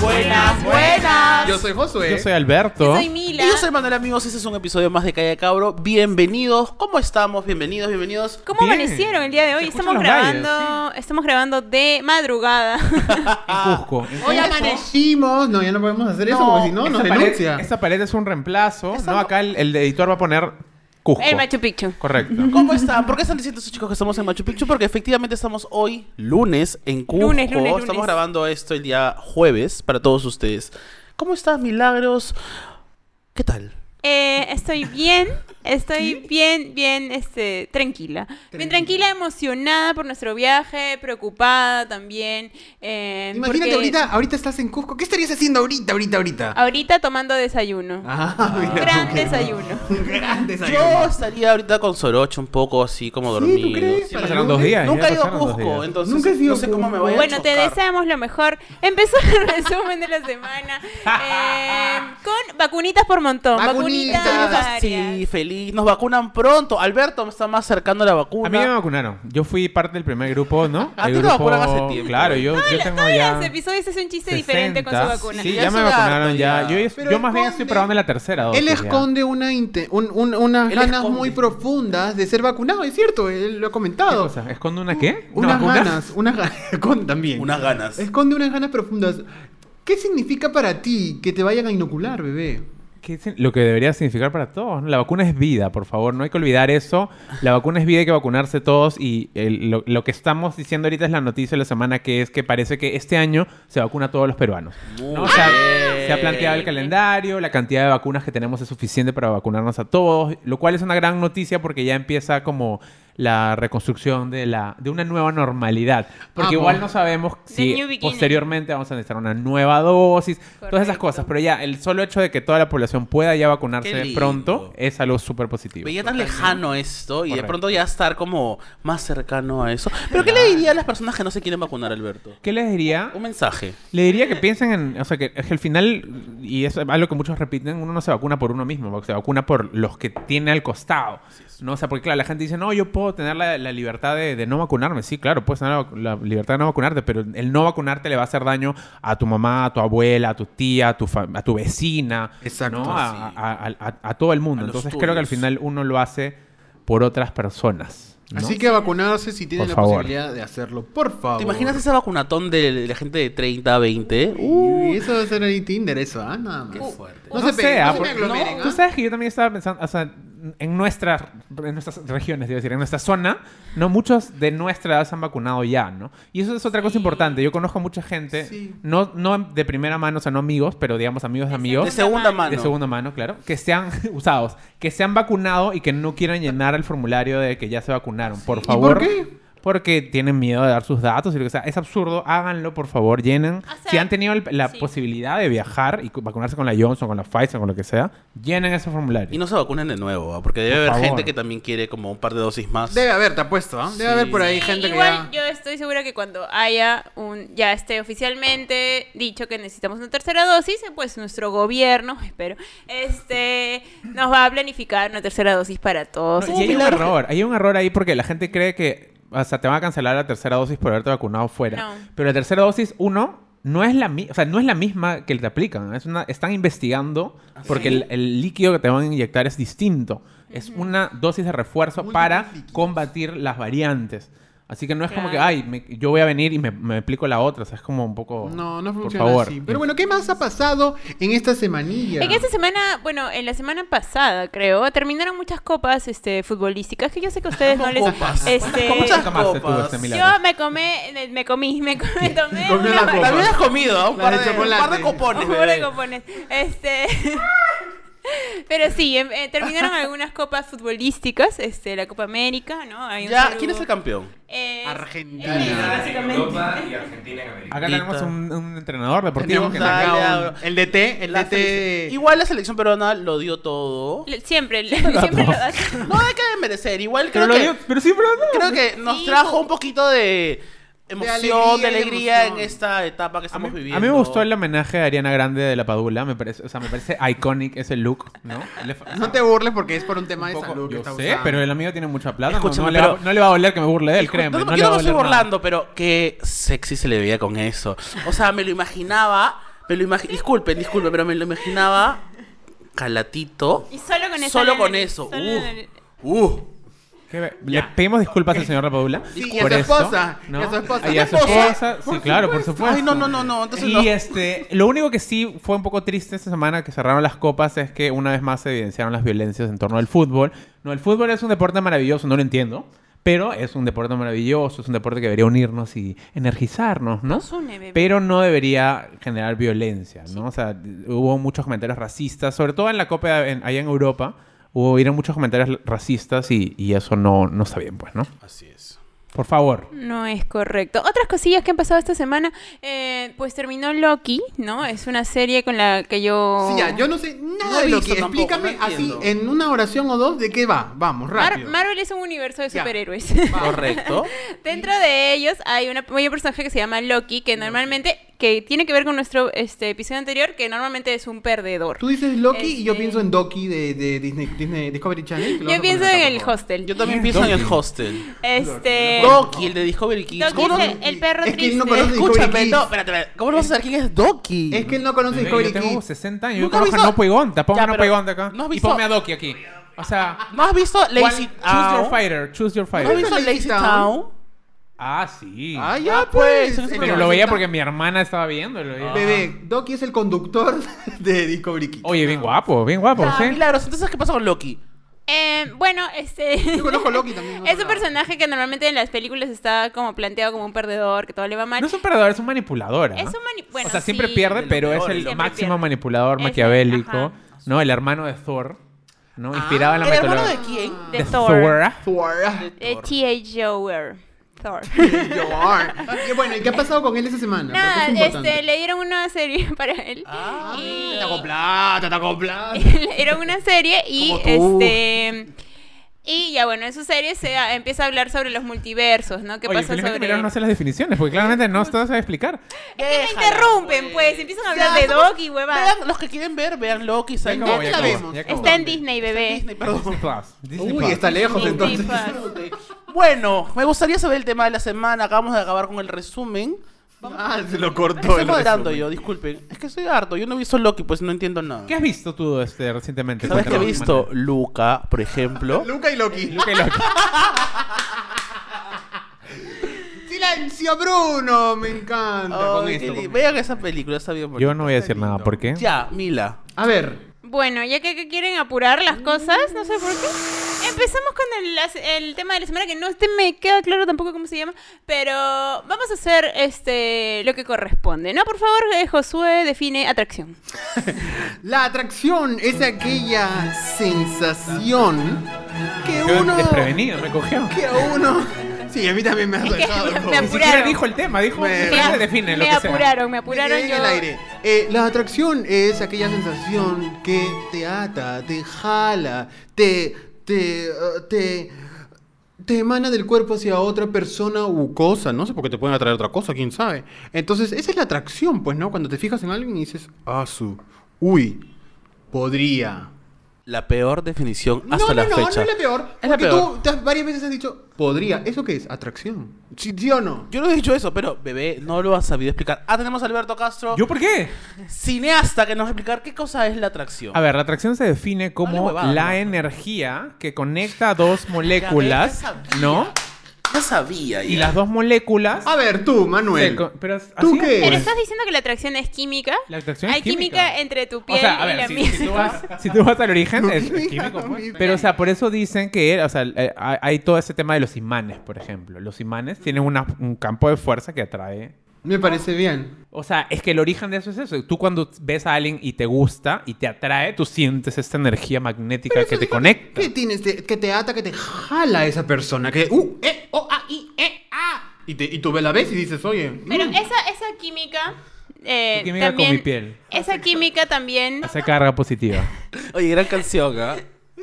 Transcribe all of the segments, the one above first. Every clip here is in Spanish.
Buenas, buenas. Yo soy Josué. Yo soy Alberto. Soy Mila. Y yo soy Manuel, amigos. Este es un episodio más de Calle Cabro. Bienvenidos. ¿Cómo estamos? Bienvenidos, bienvenidos. ¿Cómo Bien. amanecieron el día de hoy? Se Estamos escuchan los grabando, estamos grabando de madrugada. En Cusco. En Hoy Cusco. amanecimos. No, ya no podemos hacer eso No, porque si no nos Esta pared- denuncia. Esta pared es un reemplazo. Esa no, no- acá el, el editor va a poner Cusco. el Machu Picchu. Correcto. ¿Cómo están? ¿Por qué están diciendo esos chicos que estamos en Machu Picchu? Porque efectivamente estamos hoy, lunes, en Cusco. Lunes, lunes, lunes. Estamos grabando esto el día jueves para todos ustedes. ¿Cómo están, Milagros? ¿Qué tal? Eh, estoy bien, estoy bien, bien, este, tranquila. Bien tranquila, emocionada por nuestro viaje, preocupada también. eh, Imagínate porque ahorita, ahorita estás en Cusco. ¿Qué estarías haciendo ahorita, ahorita, ahorita? Ahorita tomando desayuno. Ah, mira. Gran desayuno. Un gran Yo desayuno. estaría ahorita con Soroche un poco así como ¿tú dormido. crees? Ya pasaron dos días. Nunca ya he ido a pasaron dos Cusco, días. entonces Nunca he ido no a sé cómo me Cusco. vaya a Bueno, te chocar. deseamos lo mejor. Empezó el resumen de la semana eh, con vacunitas por montón. Vacunitas. Vacunitas. varias. Sí, feliz. Nos vacunan pronto. Alberto me está más cercano a la vacuna. A mí ya me vacunaron. Yo fui parte del primer grupo, ¿no? A El ti te grupo- vacunaron hace tiempo. Claro, yo, yo tengo ya. Los episodios hace un chiste diferente con su 60. vacuna. Sí, Ya ya, es me un harto vacunaron ya. ya. Yo, yo- Pero yo él más bien esconde- estoy probando la tercera dosis. Él Oh, ya. esconde una inte- un- un- unas Él ganas esconde. muy profundas de ser vacunado, es cierto, él lo ha ¿Qué comentado. cosa? ¿Esconde una qué? ¿Una Unas vacuna? ganas, unas ganas. con- también. Unas ganas. Esconde unas ganas profundas. ¿Qué significa para ti que te vayan a inocular, bebé? ¿Qué sin- lo que debería significar para todos. ¿no? La vacuna es vida, por favor. No hay que olvidar eso. La vacuna es vida, hay que vacunarse todos. Y el- lo, lo que estamos diciendo ahorita es la noticia de la semana, que es que parece que este año se vacuna a todos los peruanos. ¿no? O sea, bien. se ha planteado Eh, el calendario, la cantidad de vacunas que tenemos es suficiente para vacunarnos a todos, lo cual es una gran noticia porque ya empieza como la reconstrucción de, la, de una nueva normalidad. Porque Vamos. igual no sabemos The si new beginning. posteriormente posteriormente vamos a necesitar una nueva dosis, todas esas Correcto. cosas. Pero ya, el solo hecho de que toda la población pueda ya Qué vacunarse lindo. pronto es algo súper positivo. Veía tan lejano esto y de Correcto. pronto ya estar como más cercano a eso. ¿Pero qué le diría a las personas que no se quieren vacunar, Alberto? ¿Qué les diría? Un mensaje. Le diría que piensen en, o sea, que es que al final, y es algo que muchos repiten, uno no se vacuna por uno mismo, se vacuna por los que tiene al costado. ¿no? O sea, porque claro, la gente dice, no, yo puedo tener la, la libertad de, de no vacunarme. Sí, claro, puedes tener la, vacu- la libertad de no vacunarte, pero el no vacunarte le va a hacer daño a tu mamá, a tu abuela, a tu tía, a tu, fa- a tu vecina, Exacto, ¿no? a, sí. a- a- a- a todo el mundo. A los Entonces creo que al tuyos. final uno lo hace por otras personas. ¿no? Así que vacunarse si tienen Por la favor. posibilidad de hacerlo, por favor. ¿Te imaginas ese vacunatón de la gente de Uh, 30, 20? Uy, Uy, Uh. eso va a ser ahí Tinder, eso, ah, nada más. fuerte. No, se Uh. sé, peguen, ah, no se por- me aglomeren, no, ¿ah? Tú sabes que yo también estaba pensando, o sea, en nuestras, en nuestras regiones, debo decir, en nuestra zona, no muchos de nuestra edad se han vacunado ya, ¿no? Y eso es otra cosa importante. Yo conozco mucha gente, Sí. no, no de primera mano, o sea, no amigos, pero digamos amigos de de amigos. segunda mano. De segunda mano, claro. Que sean usados, que se han vacunado y que no quieran llenar el formulario de que ya se vacunaron. Por favor. por qué? Porque tienen miedo de dar sus datos y lo que sea. Es absurdo. Háganlo, por favor. Llenen. sea, si han tenido el- la sí. posibilidad de viajar y cu- vacunarse con la Johnson, con la Pfizer, con lo que sea, llenen ese formulario. Y no se vacunen de nuevo, ¿ah? porque debe Por haber favor. gente que también quiere como un par de dosis más. Debe haber, te apuesto, ¿ah? Debe Sí. haber por Sí, ahí gente igual que yo estoy segura que cuando haya un ya esté oficialmente dicho que necesitamos una tercera dosis, eh, pues nuestro gobierno, espero, este nos va a planificar una tercera dosis para todos. No, y hay un error, hay un error ahí porque la gente cree que, o sea, te van a cancelar la tercera dosis por haberte vacunado fuera. No. Pero la tercera dosis, uno, no es la, mi- o sea, no es la misma que te aplican. Es una, están investigando Ah, porque el, el líquido que te van a inyectar es distinto. Es una dosis de refuerzo Múltiples para líquidos. combatir las variantes. Así que no es como que, Claro. ay, me- yo voy a venir y me, me aplico la otra. O sea, es como un poco... No, no por funciona favor. así. Pero bueno, ¿qué más ha pasado en esta semanilla? Es que esta semana, bueno, en la semana pasada, creo, terminaron muchas copas este futbolísticas que yo sé que a ustedes no les Copas. este ¿Cuántas ¿Qué tomaste tú, copas? este milagro? Yo me comé, me comí, me, comí, me tomé una Comió la copa. También has comido, ¿ah? un, La par de de, un chocolate. par de copones. Un poco de bebé. copones. Este. Pero sí, em- eh, terminaron algunas copas futbolísticas, este, la Copa América, ¿no? Hay un Ya, saludo. ¿quién es el campeón? Eh, Argentina. eh, básicamente. Acá tenemos un, un entrenador deportivo Tenemos que... Dale, acá un- abro. El DT, el La DT. selección- Igual la selección peruana lo dio todo. Le- Siempre, le- siempre lo das. No hay que merecer. Igual creo Pero, lo que, digo- pero sí, pero no. creo que nos Sí, trajo po- un poquito de emoción, alegría de alegría, y de emoción. en esta etapa que A mí, estamos a viviendo. mí me gustó el homenaje a Ariana Grande de la Padula, me parece, o sea, me parece iconic ese look, ¿no? Le fa- No te burles porque es por un tema de un poco- salud que yo está sé, usando. pero el amigo tiene mucha plata, no- Escúchame, no, le va, pero- no le va a doler que me burle de él, créeme. No, No, le yo va no a me estoy doler nada. burlando, pero que sexy se le veía con eso. O sea, me lo imaginaba Me lo imagi- disculpen, disculpen, pero me lo imaginaba calatito. Y solo con eso. Solo la con nariz, eso. solo Uh, la nariz. uh. ¿Qué ve- Le pedimos disculpas al señor Rapaula. Sí, y a su esposa, y a su esposa. Y a su ¿Por qué? esposa, sí, Por claro, por supuesto. supuesto. Ay, no, no, no, no, entonces y no. este, lo único que sí fue un poco triste esta semana que cerraron las copas es que una vez más se evidenciaron las violencias en torno al fútbol. No, el fútbol es un deporte maravilloso, no lo entiendo, pero es un deporte maravilloso, es un deporte que debería unirnos y energizarnos, ¿no? Nos une, bebé. Pero no debería generar violencia, ¿no? O sea, hubo muchos comentarios racistas, sobre todo en la copa en- allá en Europa. Hubo hubieron muchos comentarios racistas y, y eso no, no está bien, pues, ¿no? Así es. Por favor. No es correcto. Otras cosillas que han pasado esta semana, eh, pues terminó Loki, ¿no? Es una serie con la que yo... Sí, ya, yo no sé No nada he de lo visto que. tampoco, Explícame no así, entiendo. en una oración o dos, de qué va. Vamos, Mar- rápido. Marvel es un universo de Ya. superhéroes. Correcto. Dentro de ellos hay una, hay un personaje que se llama Loki, que normalmente, que tiene que ver con nuestro este, episodio anterior, que normalmente es un perdedor. Tú dices Loki y yo Este- pienso en Doki de, de Disney, Disney Discovery Channel. que lo vas Yo a pienso poner en acá, el por favor. hostel. Yo también pienso en el hostel. Este... Doki, el de Discovery Kids. Doki ¿Cómo no- es el, el perro Es que triste. no conoce- Escúchame, Discovery no, Kids. espérate, espérate. ¿Cómo no vas a saber quién es Doki? Es que él no conoce Discovery Yo tengo Kids. 60 años. Yo Nunca conozco he a visto- Nopo y Gonta. Ponme Ya, a Nopo pero y Gonta acá. ¿no has y visto- ponme a Doki aquí. O sea... ¿No has visto ¿cuál- Lazy choose your Town? fighter. Choose your ¿No has fighter. visto Lazy Town? Ah, sí. Ah, Ah, ya, pues, pues. eso es señor. Pero lo veía porque mi hermana estaba viéndolo. Ah. Bebé, Doki es el conductor de Discovery Kids. Oye, bien guapo, bien guapo, Ah, ¿sí? Milagros, entonces, ¿qué pasa con Loki? Eh, bueno, este... Yo conozco a Loki también. ¿no? Es un personaje que normalmente en las películas está como planteado como un perdedor, que todo le va mal. No es un perdedor, es un manipulador. ¿ah? Es un mani- bueno, o sea, siempre sí. pierde, lo pero es peor, el siempre máximo pierde. Es manipulador el- maquiavélico, ajá. Ah, ¿no? El hermano de Thor, ¿no? Inspirado en la ¿El hermano mitología. de quién? de Thor. Thor. De T.H. Jower. Thor. Thor. Y Bueno, ¿y qué ha pasado con él esta semana? Nada, Porque es importante. este, le dieron una serie para él. Ah, Y- Está con plata, está con plata. le dieron una serie y Como tú. este... Y ya bueno, en su serie se a- empieza a hablar sobre los multiversos, ¿no? ¿Qué Oye, pasa felizmente sobre...? Milagros no hace las definiciones, porque claramente no estás a explicar. Es que me interrumpen, pues. Empiezan a hablar Ya, de somos- Doc y huevada. Vean, los que quieren ver, vean Loki, Ya Simon. acabó, ya ya acabó, vemos. ya acabó. Está en Disney, bebé. Disney, perdón. Disney Plus. Disney Uy, Plus. está lejos Disney entonces. Plus. Bueno, me gustaría saber el tema de la semana. Acabamos de acabar con el resumen. Ah, se lo cortó. Estoy el moderando resumen. yo, disculpen. Es que soy harto. Yo no he visto Loki, pues no entiendo nada. ¿Qué has visto tú este, recientemente? ¿Sabes qué he Cuéntanos, visto? Manuel. Luca, por ejemplo. Luca y Loki. Luca y Loki. Silencio, Bruno. Me encanta. Ay, con esto, qué con li- esto. Vean esa película, está bien Yo bonita. no voy a decir nada, ¿por qué? Ya, Mila. A ver. Bueno, ya que, que quieren apurar las cosas, no sé por qué. Empezamos con el, las- el tema de la semana, que no este me queda claro tampoco cómo se llama, pero vamos a hacer este lo que corresponde. No, por favor, eh, Josué define atracción. La atracción es aquella sensación que Yo uno. desprevenido, me cogió. Que uno. Sí, a mí también me ha dejado. me Me loco. Ni apuré. siquiera apuraron. dijo el tema, dijo. Me- ¿qué Me- se Eh, define lo me que sea? apuraron, me Me apuraron quedé en yo. el aire. Eh, la atracción es aquella sensación que te ata, te jala, te. te. eh, te. te emana del cuerpo hacia otra persona u cosa. No sé por qué te pueden atraer otra cosa, quién sabe. Entonces, esa es la atracción, pues, ¿no? Cuando te fijas en alguien y dices, ah, su. Uy, podría. La peor definición hasta la fecha. No, no es la peor. Es la porque peor. tú te has- varias veces has dicho, podría. ¿Eso qué es? ¿Atracción? ¿Sí, sí o no? Yo no he dicho eso, pero bebé, no lo has sabido explicar. Ah, tenemos a Alberto Castro, ¿Yo por qué? cineasta, que nos va a explicar qué cosa es la atracción. A ver, la atracción se define Dale como huevada, la ¿no? energía que conecta dos moléculas, Ya ves, ya sabía. ¿no? ya sabía. Y ya. las dos moléculas. A ver, tú, se Manuel. co- pero es- Ah, ¿Tú así qué? es, Pero pues. estás diciendo que la atracción es química. La atracción es Hay química, química. entre tu piel O sea, a y ver, la si, mía. si tú vas, si tú vas al origen, es química, químico. no, pues. química. Pero, o sea, por eso dicen que, o sea, eh, hay hay todo ese tema de los imanes, por ejemplo. Los imanes tienen una- un campo de fuerza que atrae Me parece bien. O sea, es que el origen de eso es eso. Tú cuando ves a alguien y te gusta y te atrae, tú sientes esta energía magnética Pero que eso te es- conecta. ¿Qué tienes? de- que te ata, que te jala esa persona. Que, uh, eh, o, a, i, e, a. Y, te, y tú ve- la ves y dices, oye. mm. Pero esa, esa química. eh, Tu química con también- mi piel. Esa química también. Esa carga positiva. Oye, gran canción, ¿ah?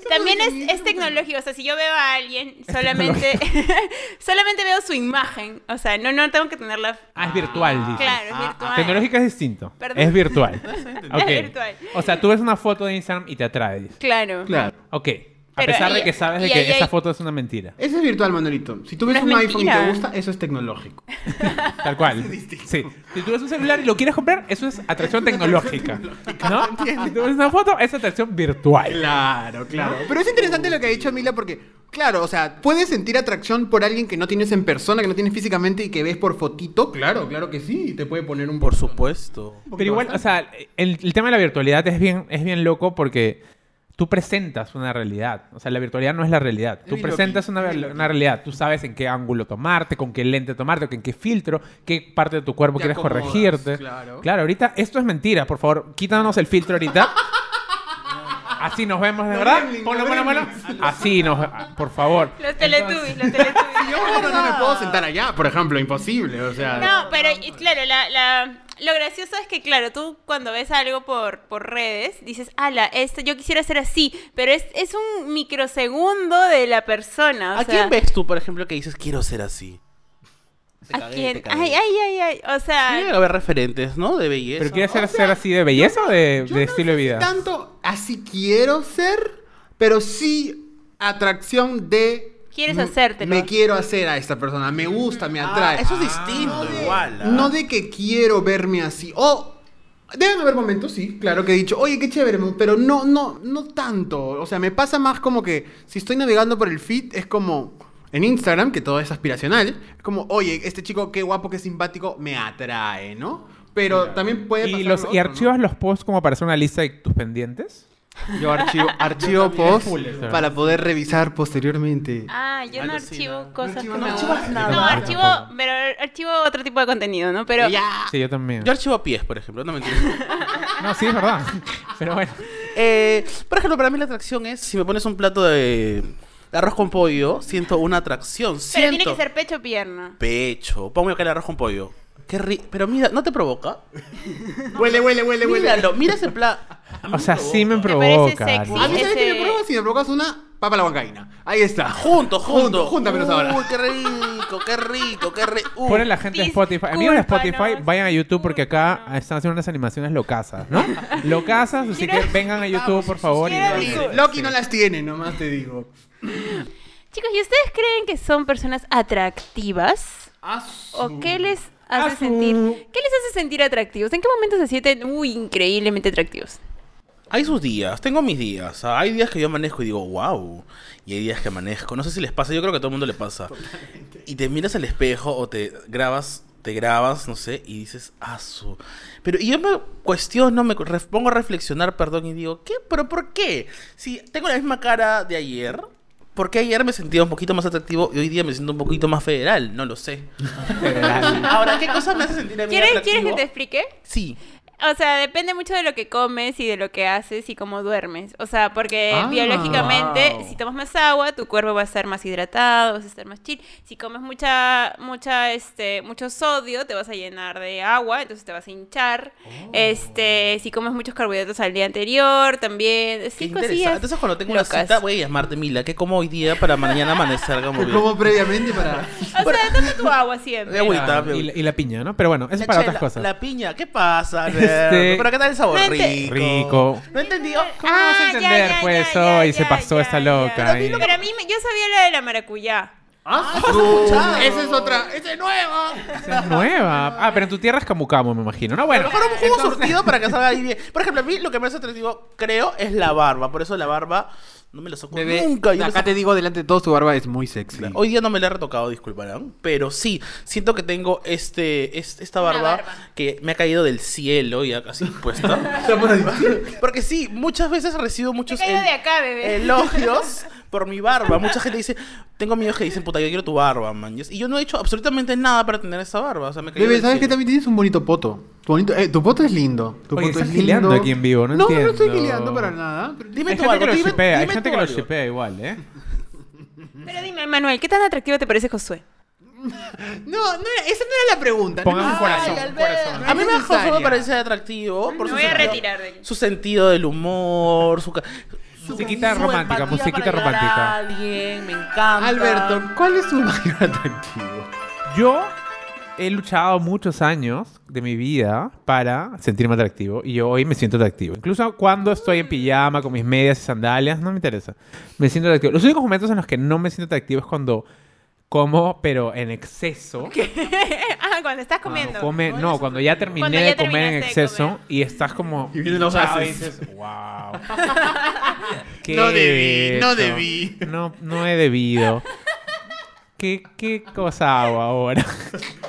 También es, es tecnológico, o sea, si yo veo a alguien, solamente, solamente veo su imagen, o sea, no, no tengo que tenerla... Ah, es virtual, dices. Claro, es virtual. Tecnológica es distinto. Perdón. Es virtual. Es Ok. virtual. O sea, tú ves una foto de Instagram y te atrae. dices. Claro. Claro. Ok. A Pero pesar de ahí- que sabes de y que ahí- esa ahí- foto es una mentira. Ese es virtual, Manolito. Si tú ves No es un iPhone y te mentira. gusta, eso es tecnológico. Tal cual. Sí. Si tú ves un celular y lo quieres comprar, eso es atracción tecnológica. ¿No? Si tú ves una foto, es atracción virtual. Claro, claro. Pero es interesante lo que ha dicho Mila porque, claro, o sea, puedes sentir atracción por alguien que no tienes en persona, que no tienes físicamente y que ves por fotito. Claro, claro que sí. Te puede poner un Por supuesto. Pero igual, o sea, el, el tema de la virtualidad es bien, es bien loco porque tú presentas una realidad. O sea, la virtualidad no es la realidad. Tú bien presentas loquito, una, es bien loquito. una realidad. Tú sabes en qué ángulo tomarte, con qué lente tomarte, con qué filtro, qué parte de tu cuerpo Te quieres acomodas, corregirte. claro. ahorita esto es mentira. Por favor, quítanos el filtro ahorita. Así nos vemos, de Los verdad. gremlins, Ponlo, los ponlo, ponlo. Así nos... Por favor. Los teletubbies, los teletubbies. Yo bueno, no me puedo sentar allá, por ejemplo, imposible, o sea. No, pero y- claro, la, la- lo gracioso es que, claro, tú cuando ves algo por, por redes, dices, ala, esto yo quisiera ser así, pero es, es un microsegundo de la persona. O ¿A sea, quién ves tú, por ejemplo, que dices quiero ser así? Te ¿A cagué, quién? te cagué. Ay, ay, ay, ay. O sea, Tiene que haber referentes, ¿no? De belleza. ¿Pero quieres ¿no? ser, ser así de belleza o de, Yo de no estilo de sé si vida? Tanto así quiero ser, pero sí atracción de. Quieres m- hacértelo. Me quiero hacer a esta persona, me gusta, me Ah, atrae. eso es distinto, igual. ¿ah? No de que quiero verme así. O deben haber momentos, sí, claro que he dicho, oye, qué chévere, pero no, no, no tanto. O sea, me pasa más como que si estoy navegando por el feed, es como en Instagram, que todo es aspiracional, es como, oye, este chico, qué guapo, qué simpático, me atrae, ¿no? Pero también puede pasar ¿Y, los, lo ¿Y otro, ¿no? archivas los posts como para hacer una lista de tus pendientes? Yo archivo, archivo post full Instagram. para poder revisar posteriormente. ah, yo no Algo así, archivo ¿no? cosas que me No archivo- no archivas gustan. nada. No, Yo archivo, tampoco. pero archivo otro tipo de contenido, ¿no? Pero Ya. Sí, yo también. ¿ah? Yo archivo pies, por ejemplo, no me No, sí, es verdad. Pero bueno. Eh, por ejemplo, para mí la atracción es si me pones un plato de arroz con pollo, siento una atracción. pero Siento tiene que ser pecho o pierna. pecho. Pongo acá el arroz con pollo. Qué rico. Pero mira, ¿no te provoca? Huele, huele, huele, huele. Míralo, mira ese plato. O sea, sí me Me parece provoca. sexy. A mí sabes que Ese- me provocas si me provocas una papa a la bancaína. Ahí está. Junto, junto. Junto, júntamelos ahora. Uy, qué rico, qué rico, qué rico. Uy. Ponen la gente en Spotify. A mí en Spotify, Discúlpanos, vayan a YouTube porque acá discúlpanos. están haciendo unas animaciones locasas, ¿no? Locasas, así que Quiero- vengan a YouTube, por favor. y- Quiero- Sí. Loki no las tiene, nomás te digo. Chicos, ¿y ustedes creen que son personas atractivas? Ah, ¿O qué les hace Asu. sentir? ¿Qué les hace sentir atractivos? ¿En qué momento se sienten uy, increíblemente atractivos? Hay sus días, tengo mis días. Hay días que yo amanezco y digo, wow. Y hay días que amanezco. No sé si les pasa, yo creo que a todo el mundo le pasa. Y te miras al espejo o te grabas, te grabas, no sé, y dices, asu. Pero y yo me cuestiono, me ref- pongo a reflexionar, perdón, y digo, ¿qué? ¿Pero por qué? Si tengo la misma cara de ayer, ¿por qué ayer me sentía un poquito más atractivo y hoy día me siento un poquito más federal? No lo sé. Ahora, ¿qué cosa me hace sentir a mí ¿Quieres, atractivo? ¿Quieres que te explique? Sí. O sea, depende mucho de lo que comes y de lo que haces y cómo duermes. O sea, porque Ah, biológicamente, wow. si tomas más agua, tu cuerpo va a estar más hidratado, vas a estar más chill. Si comes mucha, mucha, este, mucho sodio, te vas a llenar de agua, entonces te vas a hinchar. Este, si comes muchos carbohidratos al día anterior, también. Qué Sí, interesante. cosillas. Entonces, cuando tengo locas. una cita, voy a llamarte Mila, que como hoy día para mañana amanecer como bien. Como previamente para. O sea, toma tu agua siempre. De agüita, y, la, pe- y la piña, ¿no? Pero bueno, eso es La para chela, otras cosas. La piña, ¿qué pasa? Alberto? Este- ¿Pero qué tal el sabor? No ente- rico. Rico. No Oh, entendió. ¿Cómo no Ah, vas a entender, pues, hoy se pasó esta loca Pero a mí, ahí? lo- pero a mí me- yo sabía la de la maracuyá. ¡Ah! escuchado. Esa es otra. ¡Esa es nueva! Esa es nueva. Ah, pero en tu tierra es camucamo, me imagino. No, A bueno. lo mejor un jugo entonces- surtido para que salga ahí bien. Por ejemplo, a mí lo que me hace atractivo, creo, es la barba. Por eso la barba no me la saco Bebé, nunca. Yo me acá saco- te digo delante de todos, tu barba es muy sexy. Hoy día no me la he retocado, disculparán. Pero sí, siento que tengo este, es- esta Una barba, barba. que me ha caído del cielo y así puesta. Porque sí, muchas veces recibo Te muchos caigo el- de acá, bebé. elogios por mi barba. Mucha gente dice, tengo amigos que dicen, puta, yo quiero tu barba, man. Y yo no he hecho absolutamente nada para tener esa barba. O sea, me cayó Bebé, del ¿sabes que cielo. también tienes un bonito poto? Tu, bonito, eh, tu poto es lindo. Tu Oye, poto estás gileando aquí en vivo, no no, no entiendo. estoy gileando para nada. pero- Dime Hay tú gente algo, que lo dime- shippea, hay dime gente tú que lo algo. shippea igual, ¿eh? Pero dime, Manuel, ¿qué tan atractivo te parece Josué? No, no era- esa no era la pregunta. Pongan no un es corazón. necesaria. un corazón. No A mí es me Josué me necesaria. parece atractivo. Por Me su voy a sentido- retirar de aquí. Su sentido del humor, su. ca- su- Musiquita su romántica, empatía para musiquita ayudar romántica. a alguien, me encanta. Alberto, ¿cuál es tu mayor atractivo? Yo he luchado muchos años de mi vida para sentirme atractivo y yo hoy me siento atractivo. Incluso cuando estoy en pijama con mis medias y sandalias, no me interesa. Me siento atractivo. Los únicos momentos en los que no me siento atractivo es cuando como, pero en exceso. ah, cuando estás Cuando comiendo. come- no, cuando ya terminé Cuando ya de comer en terminaste de exceso comer. y estás como. Y vienen los hinchado y haces. dices, wow. No debí, no debí. No, no he debido. ¿Qué, qué cosa hago ahora?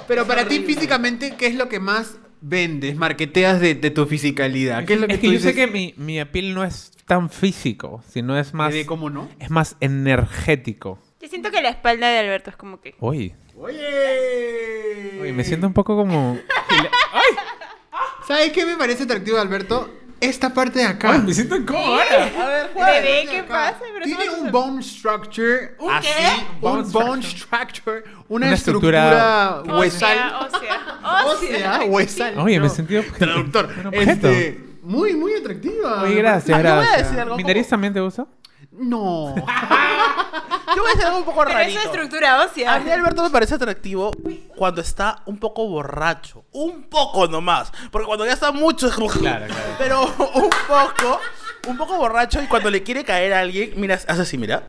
Pero para ti físicamente, ¿qué es lo que más vendes, marqueteas de, de tu fisicalidad? ¿Qué es lo que Ah, Es que tú yo sé dices? que mi, mi appeal no es tan físico, sino es más. ¿De cómo no? Es más energético. Yo siento que la espalda de Alberto es como que. Uy. Oye. Uy, me siento un poco como. ¿Sabes qué me parece atractivo, Alberto? Esta parte de acá. Ay, me siento incómodo ahora. A ver, ¿cuál? Bebé, ¿qué pasa? Pero Tiene somos- un bone structure ¿Un así, qué? un Bone bone structure, una, Una estructura estructura, huesal, Ósea, ósea. ósea, huesal. Oye, me no. he sentido. traductor. un objeto. Este, muy muy atractiva. Oye, gracias, Ah, yo voy a decir gracias. algo ¿Mi como- nariz también te gusta? No. Yo voy a decir algo un poco Pero es rarito. una estructura ósea. A mí Alberto me parece atractivo cuando está un poco borracho. Un poco nomás. Porque cuando ya está mucho es como... Claro, claro. Pero un poco, un poco borracho y cuando le quiere caer a alguien, mira, hace así, mira.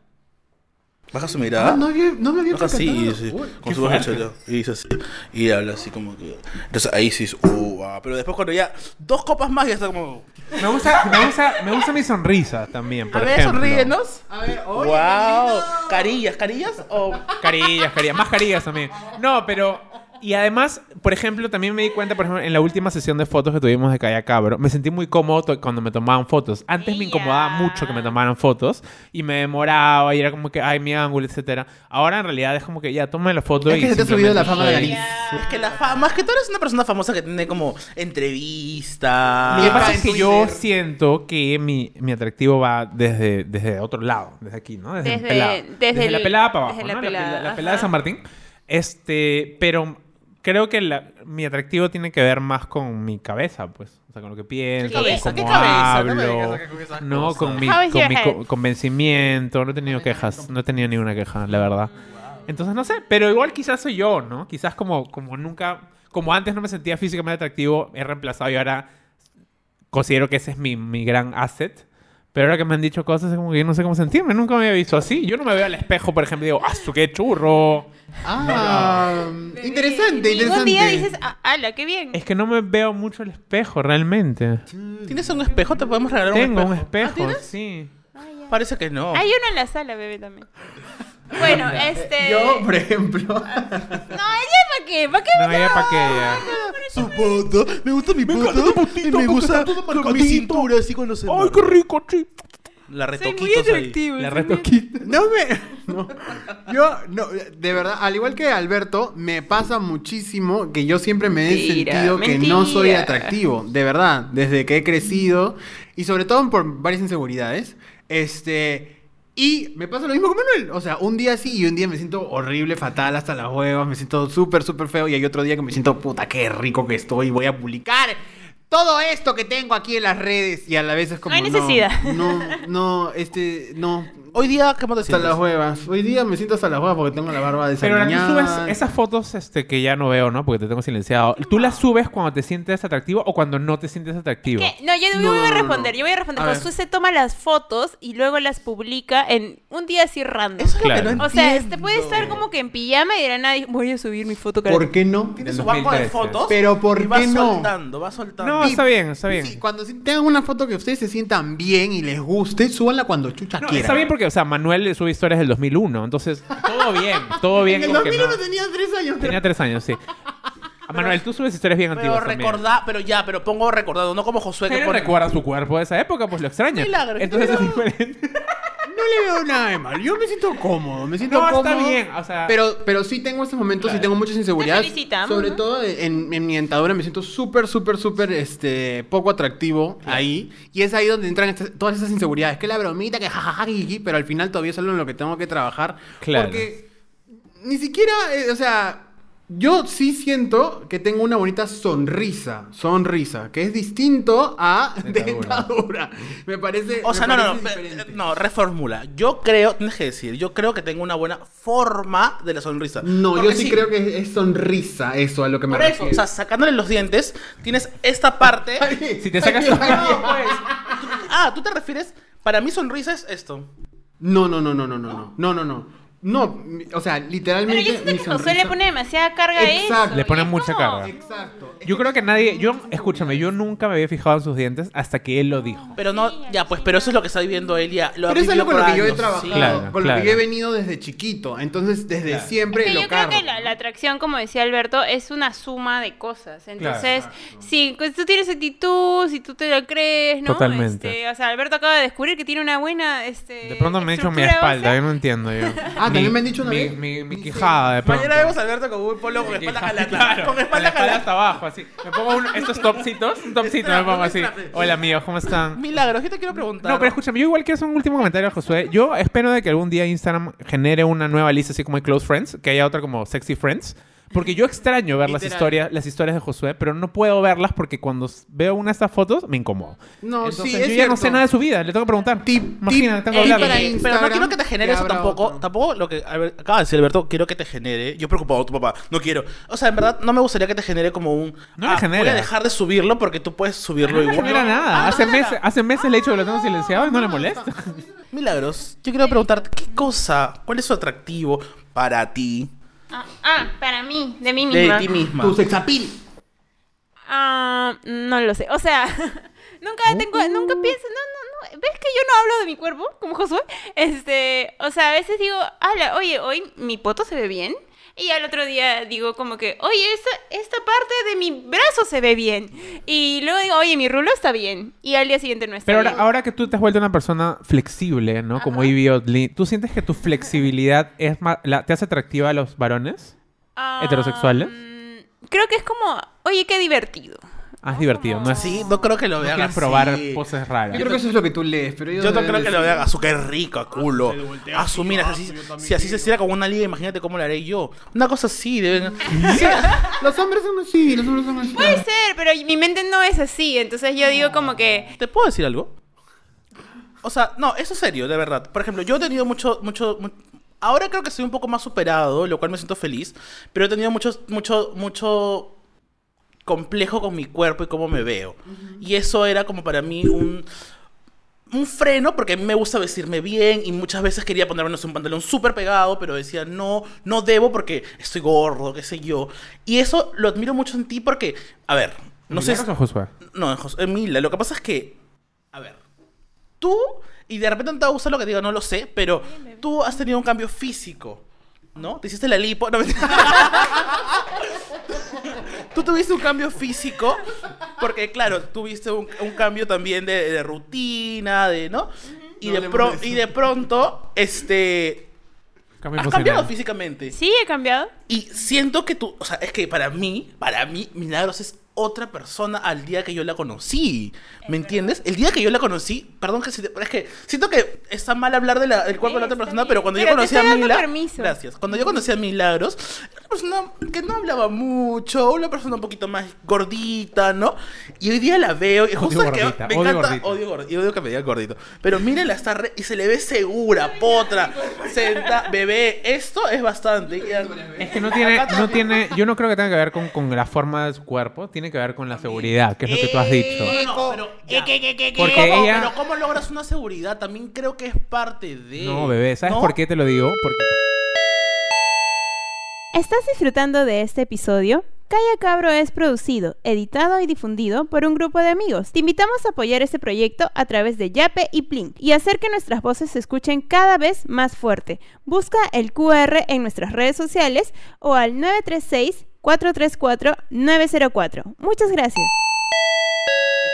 Baja su mirada. Ah, no, había- no me había Baja así y percatado. dice, Uy, con qué su voz de fuerte. cholo. Y dice así. Y habla así como que... Entonces ahí sí dice, "Uh, ah". Pero después cuando ya dos copas más ya está como... Me gusta, me gusta, me gusta mi sonrisa también, por a ver, ejemplo. sonríenos. A ver, oye, Wow. Carillas, carillas o... Carillas, carillas, más carillas también. No, pero y además, por ejemplo, también me di cuenta, por ejemplo, en la última sesión de fotos que tuvimos de Calla Cabro, me sentí muy cómodo to- cuando me tomaban fotos. Antes me Ya. incomodaba mucho que me tomaran fotos y me demoraba y era como que ay, mi ángulo, etcétera. Ahora en realidad es como que ya toma la foto Es y que se te ha subido la simplemente fama de estoy- nariz. Es que la fama, más que tú eres una persona famosa que tiene como entrevistas. Lo que pasa en es que yo Twitter. siento que mi, mi atractivo va desde, desde otro lado, desde aquí, ¿no? Desde, Desde- el pelado. desde Desde, la el- pelada para abajo, desde la ¿no? pelada, la, ajá. pelada de San Martín. Este, pero creo que la- mi atractivo tiene que ver más con mi cabeza, pues. O sea, con lo que pienso, ¿Qué con cabeza? cómo ¿Qué cabeza? No me hablo, vengas acá con esas ¿no? cosas. Con mi, How is con your mi head? co- convencimiento. No he tenido quejas, no he tenido ninguna queja, la verdad. Entonces, no sé, pero igual quizás soy yo, ¿no? Quizás como, como nunca, como antes no me sentía físicamente atractivo, he reemplazado y ahora considero que ese es mi, mi gran asset. Pero ahora que me han dicho cosas, es como que yo no sé cómo sentirme. Nunca me había visto así. Yo no me veo al espejo, por ejemplo, y digo, ¡ah, su qué churro! Ah, interesante, Y interesante. Un día dices, "Ah, ala, qué bien. Es que no me veo mucho al espejo, realmente. ¿Tienes un espejo? ¿Te podemos regalar Tengo un un espejo? ¿Ah, espejo, tienes? sí. Parece que no. Ah, Hay uno en la sala, bebé, también. Bueno, este. Yo, por ejemplo. No, ella para qué, para qué No, me ella da- pa' qué, ya. No, pero sí. Su poto, me gusta mi poto. encanta tu potito, y me porque gusta está todo con mi marcadito. cintura así con los ¡Ay, hermanos. qué rico, chico! La Soy retoquitos muy atractivo. soy La muy- retoquita. No me. no. Yo, no, de verdad, al igual que Alberto, me pasa muchísimo que yo siempre me he Mentira, sentido que no soy mentira. atractivo. De verdad, desde que he crecido y sobre todo por varias inseguridades. Este. Y me pasa lo mismo con Manuel. O sea, un día sí y un día me siento horrible, fatal, hasta las huevas, me siento súper, súper feo. Y hay otro día que me siento, puta, qué rico que estoy, voy a publicar todo esto que tengo aquí en las redes. Y a la vez es como. hay necesidad. No, no, no, este, no. Hoy día, ¿cómo te Hasta sientes? las huevas. Hoy día me siento hasta las huevas porque tengo la barba de Pero ahora tú subes esas fotos este, que ya no veo, ¿no? Porque te tengo silenciado. ¿Tú las subes cuando te sientes atractivo o cuando no te sientes atractivo? ¿Qué? No, yo, yo No, voy no, a no, responder, no. yo voy a responder. A Josué se toma las fotos y luego las publica en un día así random. Eso es lo Claro. que no O sea, este entiendo. puede estar como que en pijama y dirá nadie, voy a subir mi foto. cara". ¿Por qué no? Tiene Del su banco de 2013. fotos. Pero ¿por y va qué no? soltando, va soltando. No, está bien, está bien. Sí, cuando si- tengan una foto que ustedes se sientan bien y les guste, súbanla cuando chucha No, quieran. está bien porque, o sea, Manuel le sube historias del 2001. Entonces, todo bien, todo bien. En el con que 2001 no- tenía tres años. Tenía tres años, sí. Ah, Manuel, tú subes historias bien Pero antiguas también. recordá, pero ya, pero pongo recordado, no como Josué que Pero pone... recuerda su cuerpo de esa época, pues lo extraña. Milagro, Entonces es milagro. diferente. No le veo nada de mal. Yo me siento cómodo, me siento No, cómodo. está bien, o sea- Pero, pero sí tengo estos momentos, sí tengo muchas inseguridades. Te felicitamos, Sobre ¿no? todo en, en mi dentadura me siento súper, súper, súper este, poco atractivo ahí. Y es ahí donde entran estas- todas esas inseguridades. Que la bromita, que jajaja, jiji, pero al final todavía es algo en lo que tengo que trabajar. Claro. Porque ni siquiera, eh, o sea... Yo sí siento que tengo una bonita sonrisa, sonrisa, que es distinto a Dentadura. dentadura. Me parece. O sea, no, me no, no, parece pe- diferente. no, reformula. Yo creo, tienes que decir, yo creo que tengo una buena forma de la sonrisa. No, yo Porque sí, creo que es, es sonrisa eso a lo que me Por eso, refiero. o sea, sacándole los dientes, tienes esta parte. Si te sacas- No, pues. Ah, tú te refieres. Para mí, sonrisa es esto. No, no, no, no, no, no, no, no, no, no. No, mi- o sea, Pero literalmente. yo siento mi que José sonrisa- le pone demasiada carga a Exacto. eso. Le pone y es mucha como- carga. Exacto. Yo creo que nadie, yo, escúchame, yo nunca me había fijado en sus dientes hasta que él lo dijo. Pero no, ya, pues, pero eso es lo que está viviendo él ya. Lo ha Pero eso vivido es lo con lo por que yo he años, trabajado, sí. Claro, con lo claro. que yo he venido desde chiquito. Entonces, desde Claro. siempre Es que lo yo cargo. creo que la, la atracción, como decía Alberto, es una suma de cosas. Entonces, si pues, tú tienes actitud, si tú te lo crees, ¿no? Totalmente. Este, o sea, Alberto acaba de descubrir que tiene una buena. Este, De pronto me he hecho mi estructura espalda, ósea. yo no entiendo yo. Ah, Mi- también me han dicho una mi, vez. Mi, mi Sí. quijada, de pronto. Mañana vemos a Alberto con un polo con espalda jalada. con espalda hasta jalada. abajo, así. Me pongo un- estos topsitos, un topsito me pongo así. Hola, amigos, ¿cómo están? Milagros, ¿qué te quiero preguntar? No, pero escúchame, yo igual quiero hacer un último comentario a Josué. Yo espero de que algún día Instagram genere una nueva lista así como de Close Friends, que haya otra como Sexy Friends. Porque yo extraño ver las Literal. historias, las historias de Josué, pero no puedo verlas porque cuando s- veo una de estas fotos me incomodo. No, Entonces, sí, yo es ya cierto. no sé nada de su vida, le tengo que preguntar. Tip, Imagina, tip, tengo que Eh, Hablar hablarle. pero- para pero no Instagram, quiero que te genere que eso habrá tampoco. otro. Tampoco lo que a ver, acaba de decir Alberto, quiero que te genere. Yo preocupado, tu papá, no quiero. O sea, en verdad, no me gustaría que te genere como un. ah, No le genera. Voy a dejar de subirlo porque tú puedes subirlo No igual. genera nada. Hace meses, hace meses le he dicho que lo tengo silenciado y no le molesta. Milagros, yo quiero preguntarte, ¿qué cosa, cuál es su atractivo para ti, Ah, ah, para mí, de mí de misma. ti misma? Tu sexapil. Ah, no lo sé. O sea, nunca tengo, nunca pienso, no, no, no. ¿Ves que yo no hablo de mi cuerpo como Josué? Este, o sea, a veces digo, ala, oye, hoy mi poto se ve bien. Y al otro día digo como que, oye, esta, esta parte de mi brazo se ve bien. Y luego digo, oye, mi rulo está bien. Y al día siguiente no está Pero ahora, bien. ahora que tú te has vuelto una persona flexible, ¿no? Como Ivy Oddly, ¿tú sientes que tu flexibilidad es ma- la- te hace atractiva a los varones? Ah, ¿Heterosexuales? mm, creo que es como, oye, qué divertido. Ah, es divertido, ¿no? Es, Sí, no creo que lo no vean quieren así. probar poses Yo raras. creo que eso es lo que tú lees, pero Yo no deben creo que lo decir- vean así, qué rico, culo. Asumir, así, si así se hiciera con una liga, imagínate cómo lo haré yo. Una cosa así, deben... Los hombres son así, los hombres son así. Puede ser, pero mi mente no es así. Entonces yo digo como que... ¿Te puedo decir algo? O sea, no, eso es serio, de verdad. Por ejemplo, yo he tenido mucho, mucho, mu- ahora creo que estoy un poco más superado, lo cual me siento feliz, pero he tenido mucho, mucho, mucho complejo con mi cuerpo y cómo me veo. Y eso era como para mí un, un freno, porque a mí me gusta vestirme bien y muchas veces quería ponerme no sé, un pantalón súper pegado, pero decía, no, no debo porque estoy gordo, qué sé yo. Y eso lo admiro mucho en ti porque, a ver, no sé... ¿Milagros o Josué? No, en Jos- en Mila. Lo que pasa es que. A ver. Tú. Y de repente te gusta lo que digo, no lo sé, pero tú has tenido un cambio físico. ¿No? Te hiciste la lipo. No, mentira. tú tuviste un cambio físico. Porque, claro, tuviste un, un cambio también de, de rutina, de. ¿No? Y, No de hablemos pro- de eso. y de pronto, este. Cambio Has emocional. cambiado físicamente. Sí, he cambiado. Y siento que tú, o sea, es que para mí, para mí, Milagros es otra persona al día que yo la conocí. ¿Me entiendes? El día que yo la conocí, perdón que si te- pero es que siento que está mal hablar de la- del cuerpo de la Sí, otra está persona, bien. pero cuando yo Pero te conocí a estoy dando Mila, permiso. gracias. Cuando yo conocí a Milagros, era pues una persona que no hablaba mucho, una persona un poquito más gordita, ¿no? Y hoy día la veo y justo es que gordita, me odio encanta, gordita. odio gordito, y odio que me diga gordito. Pero mírenla, está re- y se le ve segura, potra, senta, bebé, esto es bastante. Es que no tiene, no tiene, yo no creo que tenga que ver con, con la forma de su cuerpo, tiene que ver con la seguridad, que es lo que tú has dicho. No, pero ya. Porque ¿Cómo? ella- Pero ¿cómo logras una seguridad? También creo que es parte de... No, bebé, ¿sabes por qué te lo digo? Porque ¿Estás disfrutando de este episodio? Calla Cabro es producido, editado y difundido por un grupo de amigos. Te invitamos a apoyar este proyecto a través de Yape y Plink y hacer que nuestras voces se escuchen cada vez más fuerte. Busca el QR en nuestras redes sociales o al 936-434-904. Muchas gracias.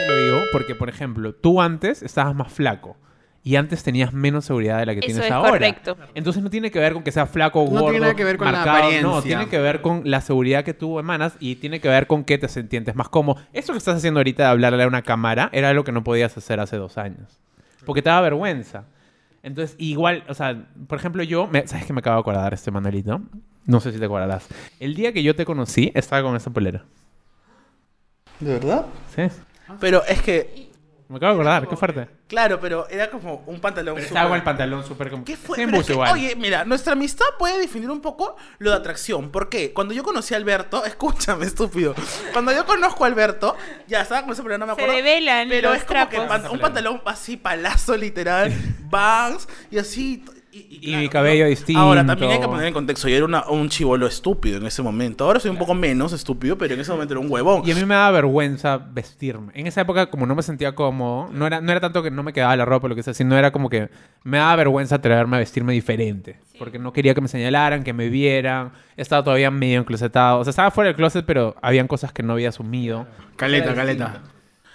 te lo digo porque, por ejemplo, tú antes estabas más flaco y antes tenías menos seguridad de la que Eso tienes es ahora. correcto. Entonces no tiene que ver con que sea flaco o No gordo. tiene nada que ver con la apariencia. No, tiene que ver con la seguridad que tú emanas y tiene que ver con que te sientes más cómodo. Eso que estás haciendo ahorita de hablarle a una cámara era algo que no podías hacer hace dos años. Porque te daba vergüenza. Entonces, igual, o sea, por ejemplo, yo, me- ¿sabes que me acabo de acordar este Manuelito? No sé si te acordarás. El día que yo te conocí, estaba con esa polera. ¿De verdad? Sí. Pero es que, Me acabo de acordar, qué fuerte. claro, pero era como un pantalón. Pero súper- estaba con el pantalón súper como. ¿Qué fue? Sí, Pero es mucho que, igual. Oye, mira, nuestra amistad puede definir un poco lo de atracción. ¿Por qué? Cuando yo conocí a Alberto, escúchame, estúpido. Cuando yo conozco a Alberto, ya estaba con ese problema, no me Se acuerdo. develan pero los es como que trapos. pan- un pantalón así, palazo literal, bangs y así. Y, Y mi cabello distinto. Ahora, también hay que poner en contexto. Yo era una- un chivolo estúpido en ese momento. Ahora soy un poco menos estúpido, pero en ese momento era un huevón. Y a mí me daba vergüenza vestirme. En esa época, como no me sentía cómodo, no era, no era tanto que no me quedaba la ropa o lo que sea, sino era como que me daba vergüenza atreverme a vestirme diferente. Porque no quería que me señalaran, que me vieran. Estaba todavía medio enclosetado. O sea, estaba fuera del closet, pero habían cosas que no había asumido. Caleta, caleta.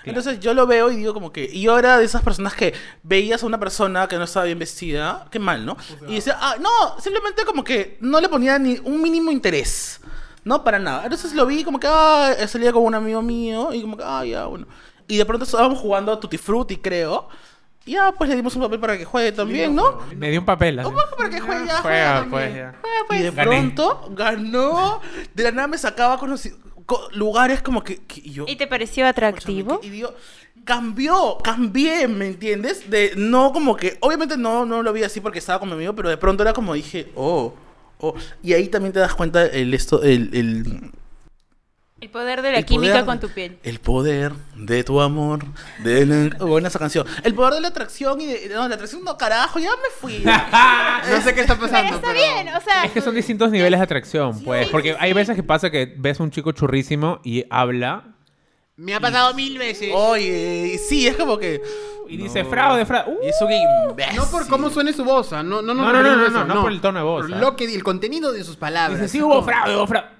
Entonces yo lo veo y digo como que... Y yo era de esas personas que veías a una persona que no estaba bien vestida, qué mal, ¿no? Y decía, ah, no, simplemente como que no le ponía ni un mínimo interés. No, para nada. Entonces lo vi como que, ah, salía con un amigo mío y como que, ah, ya, bueno. Y de pronto estábamos jugando a Tutti Frutti, creo. Y ya, pues le dimos un papel para que juegue también, ¿no? Me dio un papel. así. Un papel para que juegue, ya, Juega, juega pues, también. ya. Juega, pues. Y de Gané. pronto ganó. De la nada me sacaba conoci- co- lugares como que... que- y yo, ¿Y te pareció atractivo? Escúchame, qué idio- Cambió, cambié, ¿me entiendes? De no como que, obviamente no, no lo vi así porque estaba con mi amigo, pero de pronto era como dije, oh, oh. Y ahí también te das cuenta el esto, el, el, El poder de la el química poder- con tu piel. El poder de tu amor. De la- oh, buena esa canción. El poder de la atracción y de. No, la atracción no, carajo, ya me fui. No sé qué está Pero pasando. está pero- bien, o sea. Es que son distintos niveles de atracción, pues. sí, Porque sí, hay sí. veces que pasa que ves a un chico churrísimo y habla Me ha pasado mil veces. Oye, y sí, es como que. y dice fraude, fraude. Uh. Y eso que imbécil. No por cómo suene su voz, ah, no, no, no, No, no, no, no, no, no por el tono de voz, Por ah. lo que di- el contenido de sus palabras. Dice, sí, hubo fraude, hubo fraude.